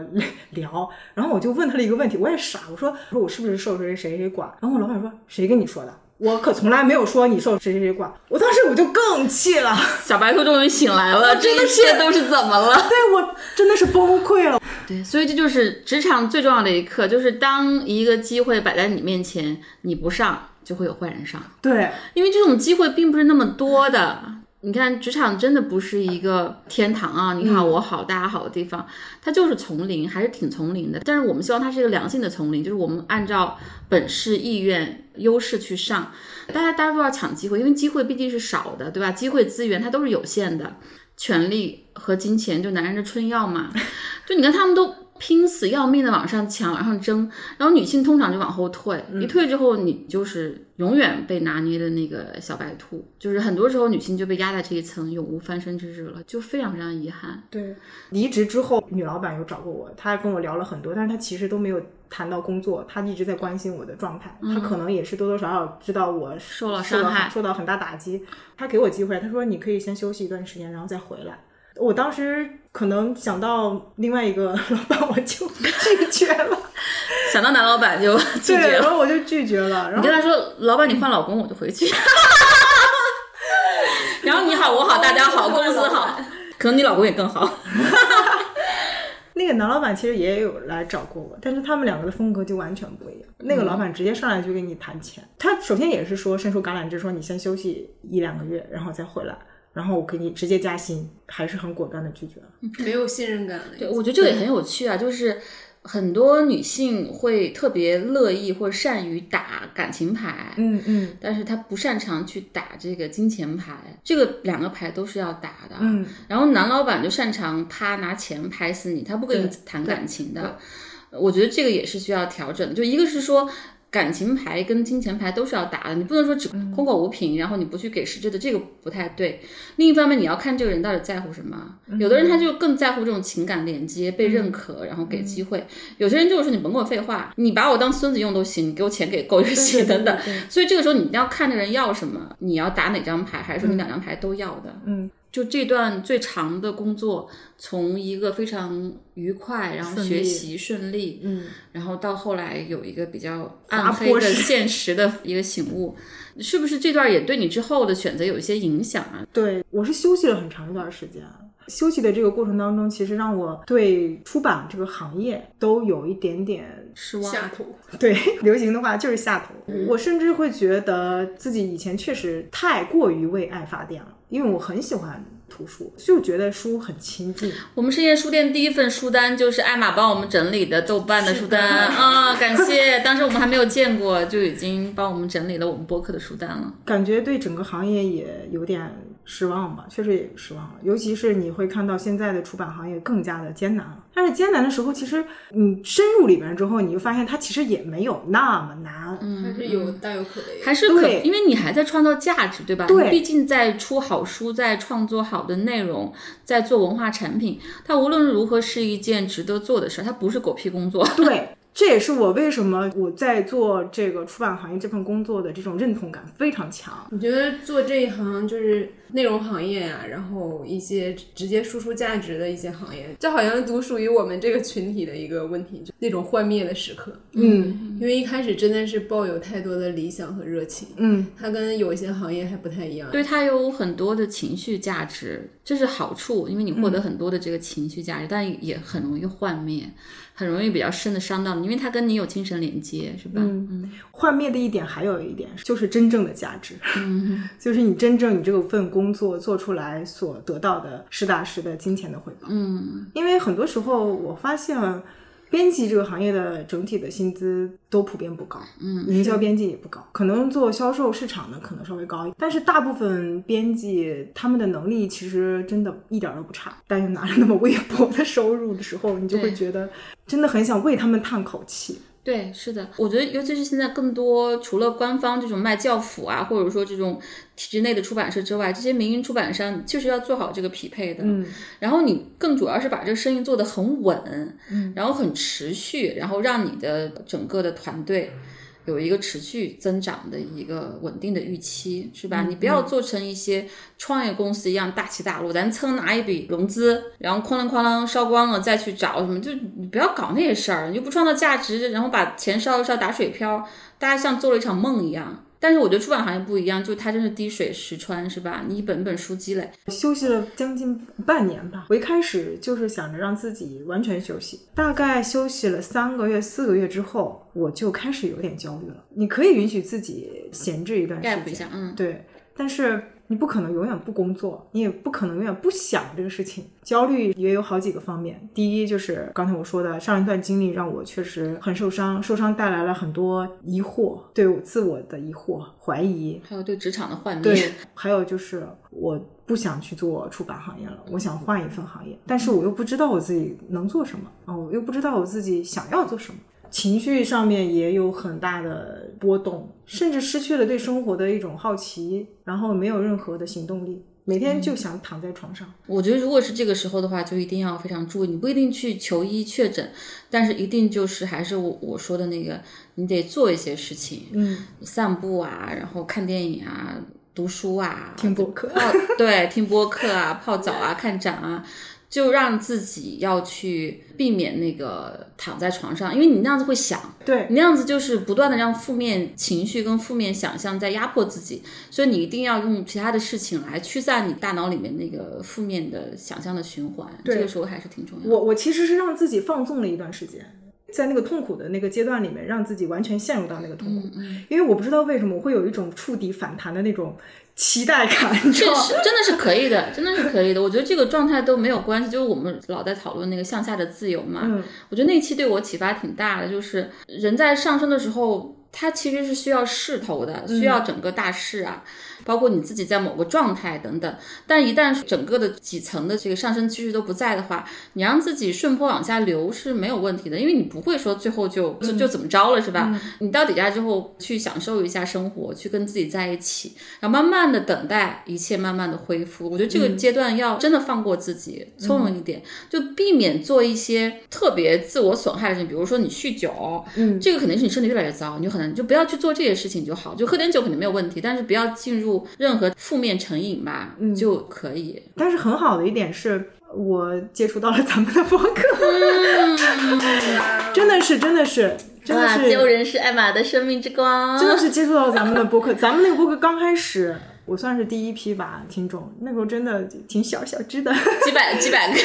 Speaker 3: 聊，然后我就问他了一个问题，我也傻，我说我说我是不是受谁谁谁管？然后我老板说谁跟你说的？我可从来没有说你受谁谁谁管，我当时我就更气了，
Speaker 6: 小白兔终于醒来了，这一切都哦是怎么了？
Speaker 3: 对我真的是崩溃了。
Speaker 6: 对，所以这就是职场最重要的一课，就是当一个机会摆在你面前，你不上就会有坏人上，
Speaker 3: 对，
Speaker 6: 因为这种机会并不是那么多的。你看，职场真的不是一个天堂啊！你好，我好，大家好的地方，它就是丛林，还是挺丛林的。但是我们希望它是一个良性的丛林，就是我们按照本事、意愿、优势去上。大家大家都要抢机会，因为机会毕竟是少的，对吧？机会资源它都是有限的，权力和金钱就男人的春药嘛。就你看他们都拼死要命的往上抢，往上争，然后女性通常就往后退，一退之后你就是永远被拿捏的那个小白兔，就是很多时候女性就被压在这一层，永无翻身之日了，就非常非常遗憾。
Speaker 3: 对，离职之后，女老板有找过我，她跟我聊了很多，但是她其实都没有谈到工作，她一直在关心我的状态，她可能也是多多少少知道我
Speaker 6: 嗯受了伤害
Speaker 3: 受到很大打击。她给我机会，她说你可以先休息一段时间，然后再回来。我当时可能想到另外一个老板，我就 拒绝了，
Speaker 6: 想到男老板 就 拒
Speaker 3: 对，
Speaker 6: 绝
Speaker 3: 然
Speaker 6: 了。
Speaker 3: 后我就拒绝了，然
Speaker 6: 你
Speaker 3: 后
Speaker 6: 跟他说，老板，你换老公，我就回去。 然后你好，我好，大家好，公司好，可能你老公也更好。
Speaker 3: 那个男老板其实也有来找过我，但是他们两个的风格就完全不一样。那个老板直接上来就跟你谈钱，他首先也是说伸出橄榄枝，说你先休息一两个月，然后再回来，然后我给你直接加薪，还是很果断的拒绝了。
Speaker 5: 没有信任感了。
Speaker 6: 对，我觉得这个也很有趣啊，就是很多女性会特别乐意或善于打感情牌，
Speaker 3: 嗯嗯
Speaker 6: 但是她不擅长去打这个金钱牌，这个两个牌都是要打的。
Speaker 3: 嗯，
Speaker 6: 然后男老板就擅长啪拿钱拍死你，他不跟你
Speaker 3: 对
Speaker 6: 谈
Speaker 3: 对
Speaker 6: 感情的。我觉得这个也是需要调整的，就一个是说。感情牌跟金钱牌都是要打的，你不能说只
Speaker 3: 嗯
Speaker 6: 空口无凭，然后你不去给实质的，这个不太对。另一方面，你要看这个人到底在乎什么。
Speaker 3: 嗯
Speaker 6: 有的人他就更在乎这种情感连接、被认可，然后
Speaker 3: 嗯
Speaker 6: 给机会；有些人就是说你甭跟我废话，你把我当孙子用都行，你给我钱给够就行，等等。所以这个时候你一定要看这人要什么，你要打哪张牌，还是说你两张牌都要的？
Speaker 3: 嗯，
Speaker 6: 就这段最长的工作，从一个非常愉快，然后
Speaker 3: 顺
Speaker 6: 学
Speaker 3: 利
Speaker 6: 习顺利，
Speaker 3: 嗯，
Speaker 6: 然后到后来有一个比较
Speaker 3: 滑
Speaker 6: 暗黑
Speaker 3: 坡
Speaker 6: 的
Speaker 3: 式
Speaker 6: 现实的一个醒悟，是不是这段也对你之后的选择有一些影响啊？
Speaker 3: 对我是休息了很长一段时间。休息的这个过程当中，其实让我对出版这个行业都有一点点
Speaker 6: 失望。
Speaker 5: 下头，
Speaker 3: 对， 流行的话就是下头。我甚至会觉得自己以前确实太过于为爱发电了，因为我很喜欢图书，就觉得书很亲近。
Speaker 6: 我 们深夜书店第一份书单就是艾玛帮我们整理的豆瓣的书单
Speaker 5: 是的
Speaker 6: 啊、感谢对，当时我们还没有见过，就已经帮我们整理了我们播客的书单了。
Speaker 3: 感觉对整个行业也有点失望吧，确实也失望了。尤其是你会看到现在的出版行业更加的艰难了。但是艰难的时候，其实你深入里边之后，你就发现它其实也没有那么难。嗯，
Speaker 5: 还是有大有可为。
Speaker 6: 还是可，
Speaker 3: 对
Speaker 6: 因为你还在创造价值，对吧？
Speaker 3: 对
Speaker 6: 你毕竟在出好书，在创作好的内容，在做文化产品，它无论如何是一件值得做的事儿，它不是狗屁工作。
Speaker 3: 对，这也是我为什么我在做这个出版行业这份工作的这种认同感非常强。
Speaker 5: 你觉得做这一行就是内容行业啊，然后一些直接输出价值的一些行业，这好像独属于我们这个群体的一个问题，就那种幻灭的时刻。
Speaker 3: 嗯
Speaker 5: 因为一开始真的是抱有太多的理想和热情，
Speaker 3: 嗯，
Speaker 5: 它跟有一些行业还不太一样。
Speaker 6: 对它有很多的情绪价值，这是好处，因为你获
Speaker 3: 嗯
Speaker 6: 得很多的这个情绪价值，但也很容易幻灭，很容易比较深的伤到你，因为它跟你有精神连接，是吧？嗯，
Speaker 3: 幻灭的一点还有一点就是真正的价值，
Speaker 6: 嗯
Speaker 3: 就是你真正你这份工作做出来所得到的实打实的金钱的回报。
Speaker 6: 嗯
Speaker 3: 因为很多时候我发现，编辑这个行业的整体的薪资都普遍不高，嗯，营销编辑也不高，可能做销售市场的可能稍微高，但是大部分编辑他们的能力其实真的一点儿都不差，但是拿着那么微薄的收入的时候，你就会
Speaker 6: 对
Speaker 3: 觉得真的很想为他们叹口气。
Speaker 6: 对，是的，我觉得尤其是现在更多除了官方这种卖教辅啊，或者说这种体制内的出版社之外，这些民营出版商确实要做好这个匹配的。
Speaker 3: 嗯，
Speaker 6: 然后你更主要是把这个生意做得很稳，嗯，然后很持续，然后让你的整个的团队有一个持续增长的一个稳定的预期，是吧？你不要做成一些创业公司一样大起大落，咱蹭拿一笔融资，然后哐啷哐啷烧光了再去找什么，就你不要搞那些事儿，你就不创造价值，然后把钱烧一烧打水漂，大家像做了一场梦一样。但是我觉得出版行业不一样，就它真是滴水石穿，是吧？你一本一本书积累，
Speaker 3: 休息了将近半年吧。我一开始就是想着让自己完全休息，大概休息了三个月、四个月之后，我就开始有点焦虑了。你可以允许自己闲置一段时
Speaker 6: gap 一
Speaker 3: 间
Speaker 6: 下，，嗯。
Speaker 3: 对，但是你不可能永远不工作，你也不可能永远不想这个事情。焦虑也有好几个方面，第一就是刚才我说的上一段经历让我确实很受伤，受伤带来了很多疑惑，对我自我的疑惑、怀疑，
Speaker 6: 还有对职场的幻
Speaker 3: 对
Speaker 6: 灭。，
Speaker 3: 还有就是我不想去做出版行业了，我想换一份行业，但是我又不知道我自己能做什么啊，我又不知道我自己想要做什么。情绪上面也有很大的波动，甚至失去了对生活的一种好奇，然后没有任何的行动力，每天就想躺在床上。
Speaker 6: 我觉得如果是这个时候的话，就一定要非常注意，你不一定去求医确诊，但是一定就是还是我我说的那个，你得做一些事情，
Speaker 3: 嗯，
Speaker 6: 散步啊，然后看电影啊，读书啊，
Speaker 3: 听播客
Speaker 6: 泡对，听播客啊，泡澡啊，看展啊。就让自己要去避免那个躺在床上，因为你那样子会想，
Speaker 3: 对
Speaker 6: 你那样子就是不断的让负面情绪跟负面想象在压迫自己，所以你一定要用其他的事情来驱散你大脑里面那个负面的想象的循环。
Speaker 3: 对
Speaker 6: 这个时候还是挺重要的。
Speaker 3: 我，我其实是让自己放纵了一段时间。在那个痛苦的那个阶段里面，让自己完全陷入到那个痛苦，
Speaker 6: 嗯
Speaker 3: 因为我不知道为什么我会有一种触底反弹的那种期待感， 你知
Speaker 6: 这
Speaker 3: 道吗？
Speaker 6: 是真的是可以的，真的是可以的。我觉得这个状态都没有关系，就是我们老在讨论那个向下的自由嘛。
Speaker 3: 嗯
Speaker 6: 我觉得那期对我启发挺大的，就是人在上升的时候，他其实是需要势头的，需要整个大势啊，包括你自己在某个状态等等。但一旦整个的几层的这个上升趋势都不在的话，你让自己顺坡往下流是没有问题的，因为你不会说最后就就就怎么着了，是吧？你到底下之后去享受一下生活，去跟自己在一起，然后慢慢的等待一切慢慢的恢复。我觉得
Speaker 3: 嗯
Speaker 6: 这个阶段要真的放过自己，从容一点，就避免做一些特别自我损害的事情，比如说你酗酒，
Speaker 3: 嗯
Speaker 6: 这个肯定是你身体越来越糟，你就可能就不要去做这些事情就好，就喝点酒肯定没有问题，但是不要进入任何负面成瘾吧，
Speaker 3: 嗯
Speaker 6: 就可以。
Speaker 3: 但是很好的一点是，我接触到了咱们的播客， 真的是，真的是，真的
Speaker 6: 嗯哇，
Speaker 3: 是，
Speaker 6: 自由人是艾玛的生命之光，
Speaker 3: 真的是接触到咱们的播客。咱们那个播客刚开始，我算是第一批吧听众，那时候真的挺小小只的，
Speaker 6: 几百几 百个。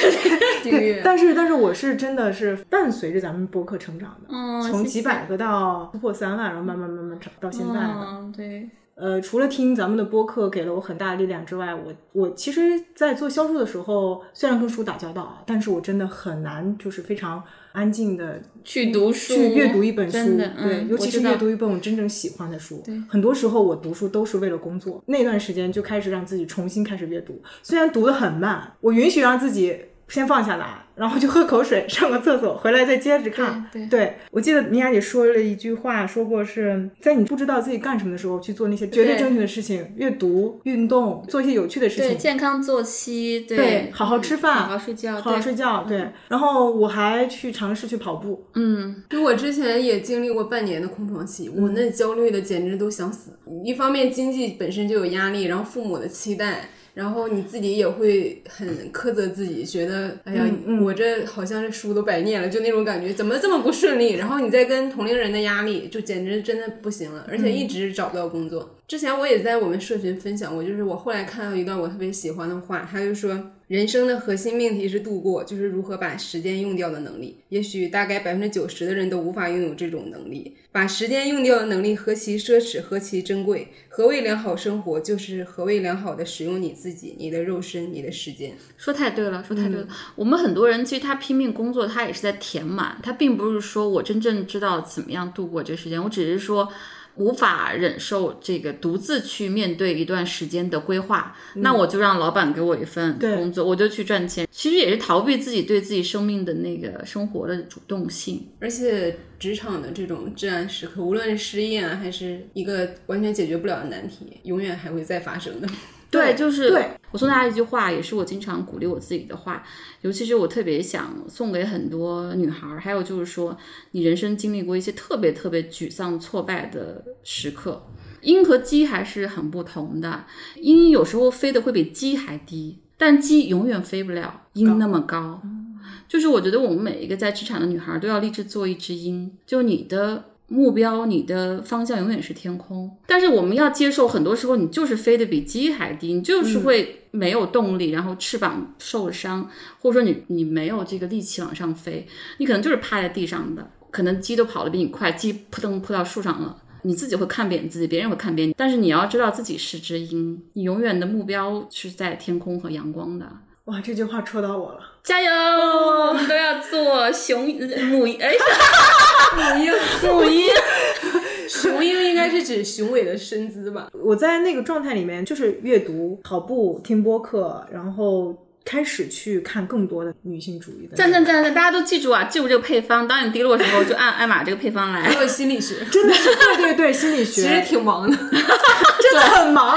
Speaker 5: 订阅
Speaker 3: 但是但是我是真的是伴随着咱们播客成长的，
Speaker 6: 嗯
Speaker 3: 从
Speaker 6: 谢谢
Speaker 3: 几百个到突破三万，然后慢慢慢慢长到现在的。
Speaker 6: 嗯，对，
Speaker 3: 呃，除了听咱们的播客给了我很大的力量之外，我我其实，在做销售的时候，虽然跟书打交道啊，但是我真的很难，就是非常安静的
Speaker 6: 去读书，
Speaker 3: 去阅读一本书，
Speaker 6: 真的，嗯
Speaker 3: 对，尤其是
Speaker 6: 我知道
Speaker 3: 阅读一本我真正喜欢的书
Speaker 6: 对。
Speaker 3: 很多时候我读书都是为了工作，那段时间就开始让自己重新开始阅读，虽然读得很慢，我允许让自己先放下来，然后就喝口水，上个厕所，回来再接着看。
Speaker 5: 对对
Speaker 3: 我记得米娅姐说了一句话，说过是在你不知道自己干什么的时候去做那些绝对
Speaker 1: 对
Speaker 3: 正确的事情，阅读、运动，做一些有趣的事
Speaker 1: 对
Speaker 3: 情。
Speaker 1: 健康作息，对
Speaker 3: 对，好好吃饭，
Speaker 6: 嗯好好睡觉
Speaker 3: 好好
Speaker 6: 对嗯
Speaker 3: 睡觉。对，然后我还去尝试去跑步，
Speaker 5: 因为我之前也经历过半年的空窗期，
Speaker 3: 嗯
Speaker 5: 我那焦虑的简直都想死。一方面经济本身就有压力，然后父母的期待，然后你自己也会很苛责自己，觉得哎呀，我这好像是书都白念了，就那种感觉，怎么这么不顺利？然后你再跟同龄人的压力，就简直真的不行了，而且一直找不到工作。之前我也在我们社群分享过，就是我后来看到一段我特别喜欢的话，他就说。人生的核心命题是度过，就是如何把时间用掉的能力。也许大概百分之九十的人都无法拥有这种能力。把时间用掉的能力何其奢侈，何其珍贵。何谓良好生活？就是何谓良好的使用你自己、你的肉身、你的时间。
Speaker 6: 说太对了，说太对了。我们很多人其实他拼命工作，他也是在填满，他并不是说我真正知道怎么样度过这个时间，我只是说。无法忍受这个独自去面对一段时间的规划，那我就让老板给我一份
Speaker 3: 对
Speaker 6: 工作，我就去赚钱。其实也是逃避自己对自己生命的那个生活的主动性。
Speaker 5: 而且职场的这种至暗时刻，无论是失业啊，还是一个完全解决不了的难题，永远还会再发生的。
Speaker 6: 对，就是
Speaker 3: 对
Speaker 6: 我送大家一句话，也是我经常鼓励我自己的话，尤其是我特别想送给很多女孩儿，还有就是说，你人生经历过一些特别特别沮丧、挫败的时刻。鹰和鸡还是很不同的，鹰有时候飞得会比鸡还低，但鸡永远飞不了鹰那么高。就是我觉得我们每一个在职场的女孩儿都要立志做一只鹰，就你的目标、你的方向永远是天空。但是我们要接受，很多时候你就是飞得比鸡还低，你就是会没有动力，然后翅膀受了伤，或者说你你没有这个力气往上飞，你可能就是趴在地上的，可能鸡都跑得比你快，鸡扑腾扑到树上了。你自己会看扁自己，别人会看扁你，但是你要知道自己是只鹰，你永远的目标是在天空和阳光的。
Speaker 3: 哇，这句话戳到我了。
Speaker 6: 加油！我们都要做雄母哎，母鹰，
Speaker 5: 雄鹰应该是指雄伟的身姿吧？
Speaker 3: 我在那个状态里面，就是阅读、跑步、听播客，然后开始去看更多的女性主义的。
Speaker 6: 赞赞赞赞！大家都记住啊，记住这个配方。当你低落的时候，就按艾玛这个配方来
Speaker 5: 还。有心理学，
Speaker 3: 真的是对对对，心理学
Speaker 5: 其实挺忙的。
Speaker 3: 真的很忙。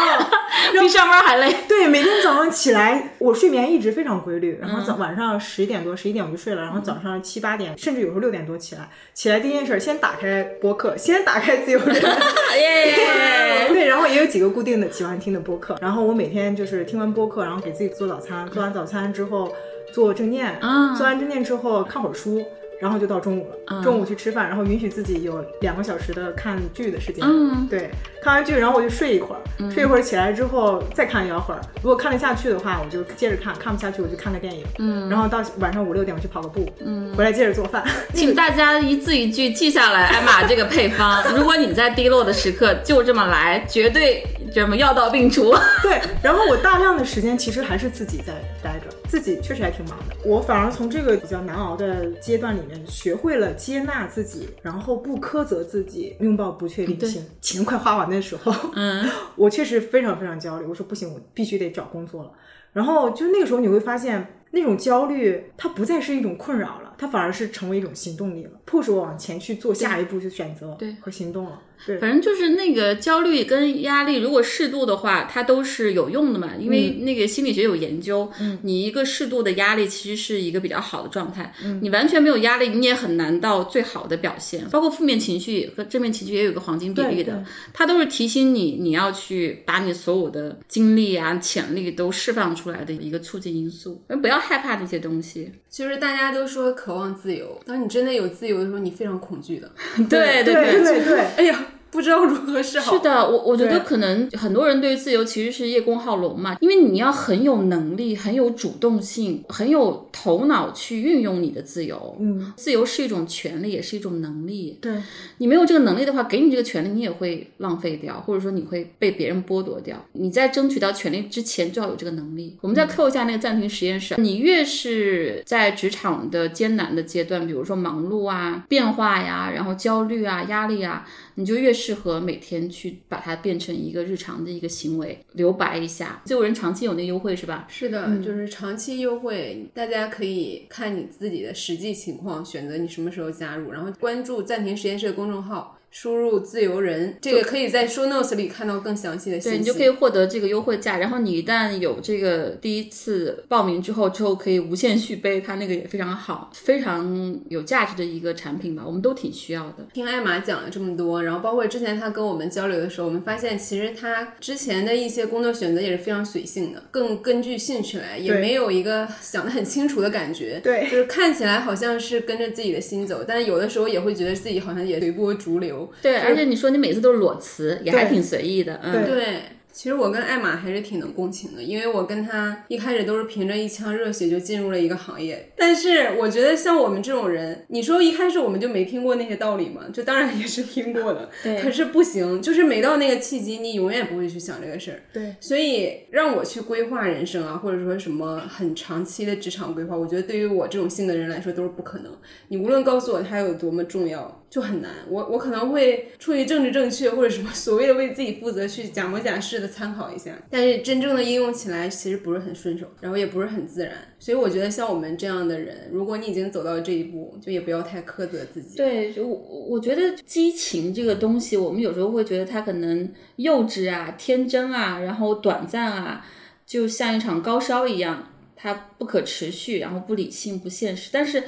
Speaker 6: 比上班还累。
Speaker 3: 对，每天早上起来，我睡眠一直非常规律，然后早
Speaker 5: 嗯
Speaker 3: 晚上十点多、十一点我就睡了，然后早上七八点，甚至有时候六点多起来。起来第一件事，先打开播客，先打开自由人。
Speaker 6: 耶！
Speaker 3: 对，然后也有几个固定的喜欢听的播客，然后我每天就是听完播客，然后给自己做早餐，做完早餐之后做正念，
Speaker 6: 啊
Speaker 3: 做完正念之后看会儿书，然后就到中午了。中午去吃饭，然后允许自己有两个小时的看剧的时间。
Speaker 6: 嗯
Speaker 3: 对，看完剧然后我就睡一会儿，睡一会儿起来之后再看一会儿，如果看得下去的话，我就接着看；看不下去我就看个电影。嗯，然后到晚上五六点我去跑个步，嗯，回来接着做饭。
Speaker 6: 请大家一字一句记下来艾玛这个配方。如果你在低落的时刻就这么来，绝对什么药到病除。
Speaker 3: 对，然后我大量的时间其实还是自己在待着，自己确实还挺忙的。我反而从这个比较难熬的阶段里面，学会了接纳自己，然后不苛责自己，拥抱不确
Speaker 6: 嗯
Speaker 3: 定性。钱快花完的时候，嗯， 我确实非常非常焦虑。我说不行，我必须得找工作了。然后就那个时候你会发现，那种焦虑它不再是一种困扰了，它反而是成为一种行动力了，迫使我往前去做下一步去选择
Speaker 6: 对
Speaker 3: 和行动了。对，
Speaker 6: 反正就是那个焦虑跟压力，如果适度的话，它都是有用的嘛。因
Speaker 3: 嗯
Speaker 6: 为那个心理学有研究，你一个适度的压力其实是一个比较好的状态。你完全没有压力，你也很难到最好的表现。包括负面情绪和正面情绪也有一个黄金比例
Speaker 3: 对对
Speaker 6: 的，它都是提醒你你要去把你所有的精力啊、潜力都释放出来的一个促进因素。不要害怕那些东 西。
Speaker 5: 就是大家都说渴望自由，当你真的有自由的时候，你非常恐惧的。
Speaker 6: 对
Speaker 3: 对
Speaker 6: 对，
Speaker 3: 对对
Speaker 5: 哎呀，不不知道如何是好。
Speaker 6: 是的，我我觉
Speaker 3: 对
Speaker 6: 得可能很多人对自由其实是叶公好龙嘛，因为你要很有能力、很有主动性、很有头脑去运用你的自由。
Speaker 3: 嗯，
Speaker 6: 自由是一种权利，也是一种能力。
Speaker 3: 对，
Speaker 6: 你没有这个能力的话，给你这个权利，你也会浪费掉，或者说你会被别人剥夺掉。你在争取到权利之前，就要有这个能力。我们再 Q 一下那个暂停实验室，你越是在职场的艰难的阶段，比如说忙碌啊、变化呀、然后焦虑啊、压力啊，你就越适合每天去把它变成一个日常的一个行为，留白一下。就有人长期有那个优惠是吧？
Speaker 5: 是的，就是长期优惠，大家可以看你自己的实际情况，选择你什么时候加入，然后关注暂停实验室的公众号，输入“自由人”，这个可以在 show notes 里看到更详细的信息。
Speaker 6: 对你就可以获得这个优惠价，然后你一旦有这个第一次报名之后，之后可以无限续杯，它那个也非常好，非常有价值的一个产品吧，我们都挺需要的。
Speaker 5: 听艾玛讲了这么多，然后包括之前她跟我们交流的时候，我们发现其实她之前的一些工作选择也是非常随性的，更根据兴趣来，也
Speaker 3: 对
Speaker 5: 没有一个想得很清楚的感觉。
Speaker 3: 对
Speaker 5: 就是看起来好像是跟着自己的心走，但有的时候也会觉得自己好像也随波逐流。
Speaker 6: 对，而且你说你每次都是裸辞，也还
Speaker 3: 对
Speaker 6: 挺随意的，嗯，
Speaker 5: 对，其实我跟艾玛还是挺能共情的，因为我跟她一开始都是凭着一腔热血就进入了一个行业。但是我觉得像我们这种人，你说一开始我们就没听过那些道理吗？这当然也是听过的，
Speaker 6: 对
Speaker 5: 可是不行，就是没到那个契机，你永远不会去想这个事儿。
Speaker 3: 对，
Speaker 5: 所以让我去规划人生啊，或者说什么很长期的职场规划，我觉得对于我这种性格的人来说都是不可能。你无论告诉我它有多么重要，就很难。我我可能会出于政治正确或者什么所谓的为自己负责去假模假式的参考一下，但是真正的应用起来其实不是很顺手，然后也不是很自然。所以我觉得像我们这样的人，如果你已经走到这一步，就也不要太苛责自己。
Speaker 6: 对，就我我觉得激情这个东西，我们有时候会觉得它可能幼稚啊、天真啊，然后短暂啊，就像一场高烧一样，它不可持续，然后不理性、不现实。但是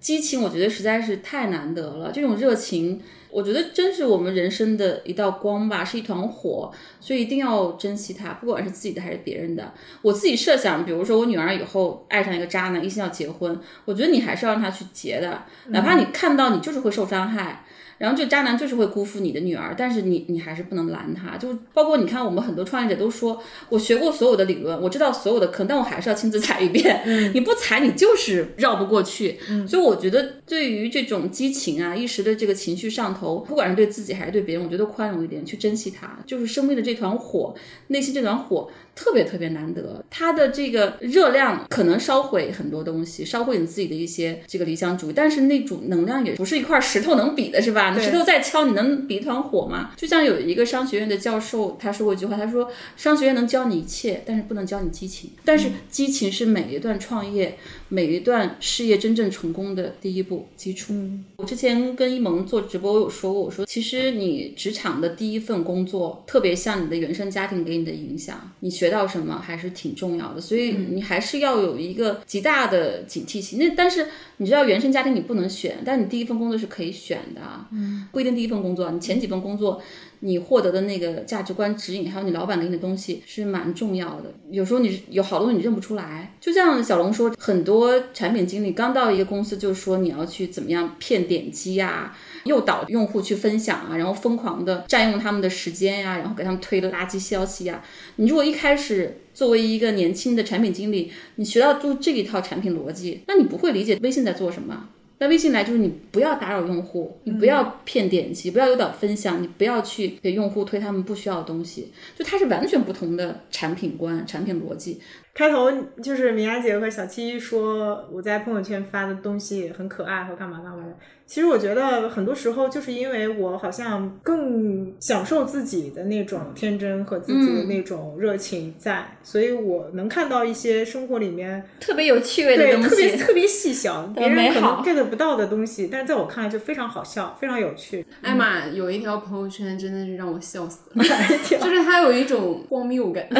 Speaker 6: 激情，我觉得实在是太难得了，这种热情。我觉得真是我们人生的一道光吧，是一团火，所以一定要珍惜它，不管是自己的还是别人的。我自己设想，比如说我女儿以后爱上一个渣男，一心要结婚，我觉得你还是要让她去结的，哪怕你看到你就是会受伤害。然后这个渣男就是会辜负你的女儿，但是你你还是不能拦他，就是包括你看我们很多创业者都说，我学过所有的理论，我知道所有的坑，但我还是要亲自踩一遍。 你不踩你就是绕不过去。所以我觉得对于这种激情啊、一时的这个情绪上头，不管是对自己还是对别人，我觉得宽容一点，去珍惜它，就是生命的这团火，内心这团火特别特别难得，它的这个热量可能烧毁很多东西，烧毁你自己的一些这个理想主义，但是那种能量也不是一块石头能比的，是吧？你石头再敲，你能比一团火吗？就像有一个商学院的教授，他说过一句话，他说商学院能教你一切，但是不能教你激情，但是激情是每一段创业、每一段事业真正成功的第一步基础。我之前跟一萌做直播，我有说过，我说其实你职场的第一份工作，特别像你的原生家庭给你的影响，你学到什么还是挺重要的，所以你还是要有一个极大的警惕性。那但是你知道原生家庭你不能选，但你第一份工作是可以选的啊，嗯，不一定第一份工作，你前几份工作你获得的那个价值观指引，还有你老板给你的东西是蛮重要的。有时候你有好东西你认不出来，就像小龙说，很多产品经理刚到一个公司就说你要去怎么样骗点击啊，诱导用户去分享啊，然后疯狂的占用他们的时间呀、然后给他们推垃圾消息呀、你如果一开始作为一个年轻的产品经理，你学到就这一套产品逻辑，那你不会理解微信在做什么。那微信来就是你不要打扰用户，你不
Speaker 3: 嗯
Speaker 6: 要骗点击，不要诱导分享，你不要去给用户推他们不需要的东西，就它是完全不同的产品观、产品逻辑。
Speaker 3: 开头就是米娅姐和小七说我在朋友圈发的东西很可爱和干嘛干嘛的。其实我觉得很多时候就是因为我好像更享受自己的那种天真和自己的那种热情在，所以我能看到一些生活里面
Speaker 6: 特别有趣味的
Speaker 3: 对
Speaker 6: 东
Speaker 3: 特别
Speaker 6: 西。
Speaker 3: 特别细小，别
Speaker 6: 美
Speaker 3: 人可能
Speaker 6: 好
Speaker 3: get 不到的东西，但是在我看来就非常好笑，非常有趣。
Speaker 6: 啊
Speaker 5: 艾玛有一条朋友圈真的是让我笑死 了，就是她有一种荒谬感。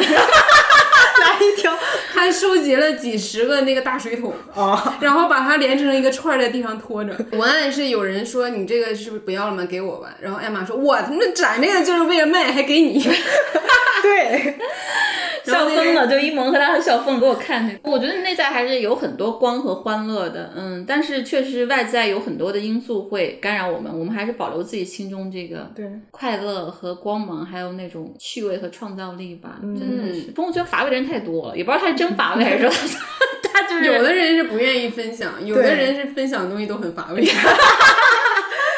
Speaker 3: 来一条
Speaker 5: 她收集了几十个那个大水桶，
Speaker 3: 哦，
Speaker 5: 然后把它连成了一个串儿在地上拖着。文案是有人说你这个是不是不要了吗？给我吧。然后艾玛说，我他妈展这个就是为了卖，还给你。
Speaker 3: 对，
Speaker 6: 笑疯了，就一萌和他的笑疯给我看这个。我觉得内在还是有很多光和欢乐的，嗯，但是确实外在有很多的因素会干扰我们，我们还是保留自己心中这个
Speaker 3: 对
Speaker 6: 快乐和光芒，还有那种趣味和创造力吧。真的是，朋友圈乏味的人太多了，也不知道他是真乏味还是说 他就是
Speaker 5: 有的人是不愿意分享，有的
Speaker 3: 对
Speaker 5: 人是分享的东西都很乏 味。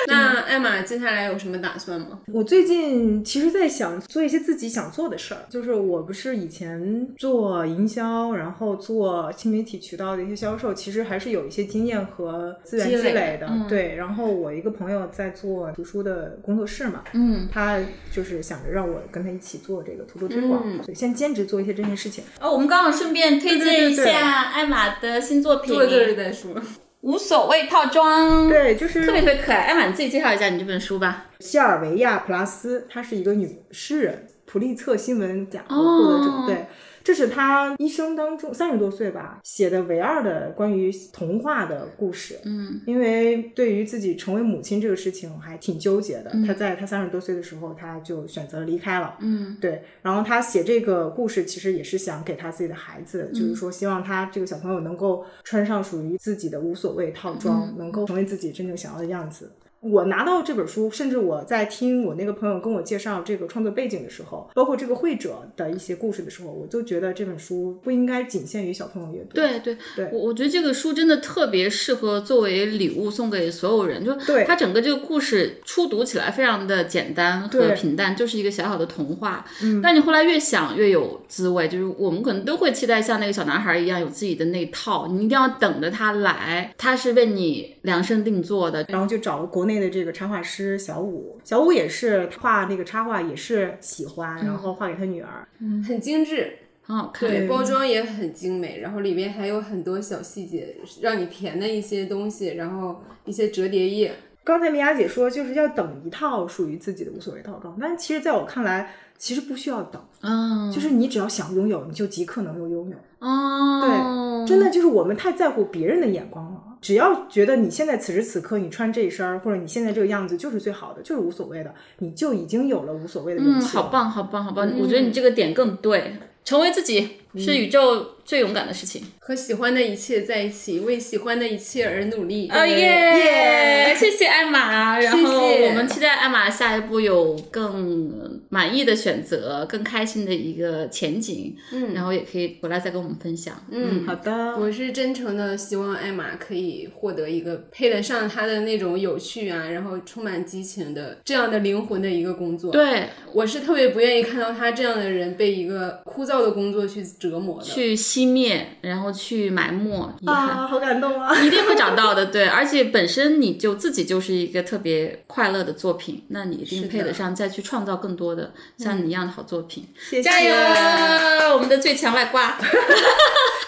Speaker 5: 那艾玛接下来有什么打算吗？
Speaker 3: 我最近其实，在想做一些自己想做的事儿，就是我不是以前做营销，然后做新媒体渠道的一些销售，其实还是有一些经验和资源积
Speaker 6: 积累
Speaker 3: 累的。
Speaker 6: 嗯
Speaker 3: 对，然后我一个朋友在做图书的工作室嘛，
Speaker 6: 嗯。
Speaker 3: 他就是想着让我跟他一起做这个图书推广，
Speaker 6: 嗯
Speaker 3: 所以先兼职做一些这件事情。
Speaker 6: 哦，我们刚好顺便推荐一
Speaker 3: 对对对对
Speaker 6: 下艾玛的新作品
Speaker 5: 坐这里再说。
Speaker 6: 无所谓套装》，
Speaker 3: 对，就是
Speaker 6: 特别特别可爱。艾玛，你自己介绍一下你这本书吧。
Speaker 3: 西尔维亚·普拉斯，她是一个女诗人，普利策新闻奖的获得者。
Speaker 6: 哦
Speaker 3: 对，这是她一生当中三十多岁吧写的唯二的关于童话的故事。嗯，因为对于自己成为母亲这个事情还挺纠结的。她在她三十多岁的时候，她就选择离开了。嗯，对。然后她写这个故事，其实也是想给她自己的孩子，就是说希望她这个小朋友能够穿上属于自己的无所谓套装，能够成为自己真正想要的样子。我拿到这本书，甚至我在听我那个朋友跟我介绍这个创作背景的时候，包括这个会者的一些故事的时候，我就觉得这本书不应该仅限于小朋友阅读。
Speaker 6: 对对
Speaker 3: 对
Speaker 6: 我我觉得这个书真的特别适合作为礼物送给所有人，就
Speaker 3: 对
Speaker 6: 它整个这个故事初读起来非常的简单和
Speaker 3: 对
Speaker 6: 平淡，就是一个小小的童话。嗯，但你后来越想越有滋味，就是我们可能都会期待像那个小男孩一样有自己的那套，你一定要等着他来，他是为你量身定做的。
Speaker 3: 然后就找了国内的这个插画师小五，小五也是画那个插画，也是喜欢，然
Speaker 6: 嗯
Speaker 3: 后画给他女儿。
Speaker 5: 很精致，
Speaker 6: 很好看，
Speaker 5: 对，包装也很精美，然后里面还有很多小细节，让你填的一些东西，然后一些折叠页，
Speaker 3: 刚才米娅姐说，就是要等一套属于自己的无所谓套装，但其实在我看来，其实不需要等，
Speaker 6: 嗯，
Speaker 3: 就是你只要想拥有，你就即刻能够拥有。
Speaker 6: 哦，
Speaker 3: 真的就是我们太在乎别人的眼光了。只要觉得你现在此时此刻你穿这一身儿，或者你现在这个样子就是最好的，就是无所谓的，你就已经有了嗯无所谓的勇
Speaker 6: 嗯，
Speaker 3: 气、
Speaker 6: 好！棒，好棒，好棒！我觉得你这个点更对，成为自己是
Speaker 3: 嗯
Speaker 6: 宇宙最勇敢的事情。
Speaker 5: 和喜欢的一切在一起，为喜欢的一切而努力。
Speaker 6: 哦耶！谢谢艾玛，然后
Speaker 5: 谢谢
Speaker 6: 我们期待艾玛下一步有更满意的选择，更开心的一个前景，嗯，然后也可以回来再跟我们分享。嗯，
Speaker 3: 好的，
Speaker 5: 我是真诚的希望艾玛可以获得一个配得上她的那种有趣啊，然后充满激情的这样的灵魂的一个工作。，
Speaker 6: 对，
Speaker 5: 我是特别不愿意看到她这样的人被一个枯燥的工作去折磨的。
Speaker 6: 去熄灭，然后去埋没遗憾。
Speaker 3: 啊，好感动啊！
Speaker 6: 一定会找到的，对，而且本身你就自己就是一个特别快乐的作品，那你一定
Speaker 5: 是的
Speaker 6: 配得上再去创造更多的像你一样的好作品。
Speaker 3: 谢谢
Speaker 6: 加！油，我们的最强外挂。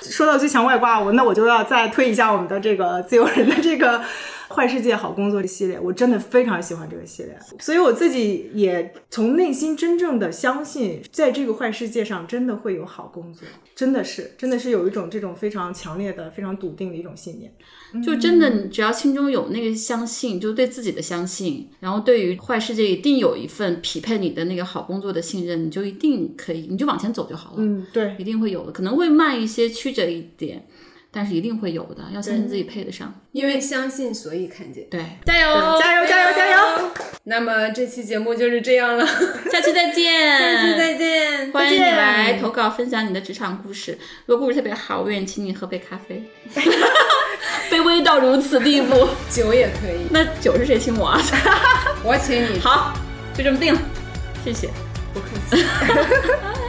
Speaker 3: 说到最强外挂，我那我就要再推一下我们的这个自由人的这个。坏世界好工作系列，我真的非常喜欢这个系列，所以我自己也从内心真正的相信，在这个坏世界上真的会有好工作，真的是，真的是有一种这种非常强烈的、非常笃定的一种信念。
Speaker 6: 就真的，你只要心中有那个相信，就对自己的相信，然后对于坏世界一定有一份匹配你的那个好工作的信任，你就一定可以，你就往前走就好了，
Speaker 3: 嗯，对，
Speaker 6: 一定会有的，可能会慢一些，曲折一点，但是一定会有的，要相信自己配得上。
Speaker 5: 因为相信，所以看见。
Speaker 6: 对，加油，
Speaker 3: 加油加油加油！
Speaker 5: 那么这期节目就是这样了，
Speaker 6: 下期再见，
Speaker 5: 下期再见，
Speaker 6: 欢迎你
Speaker 5: 再见
Speaker 6: 来投稿分享你的职场故事，如果故事特别好，我愿意请你喝杯咖啡。 卑微到如此地步，
Speaker 5: 酒也可以，
Speaker 6: 那酒是谁请我啊？
Speaker 5: 我请你，
Speaker 6: 好，就这么定了，谢谢。
Speaker 5: 不客气。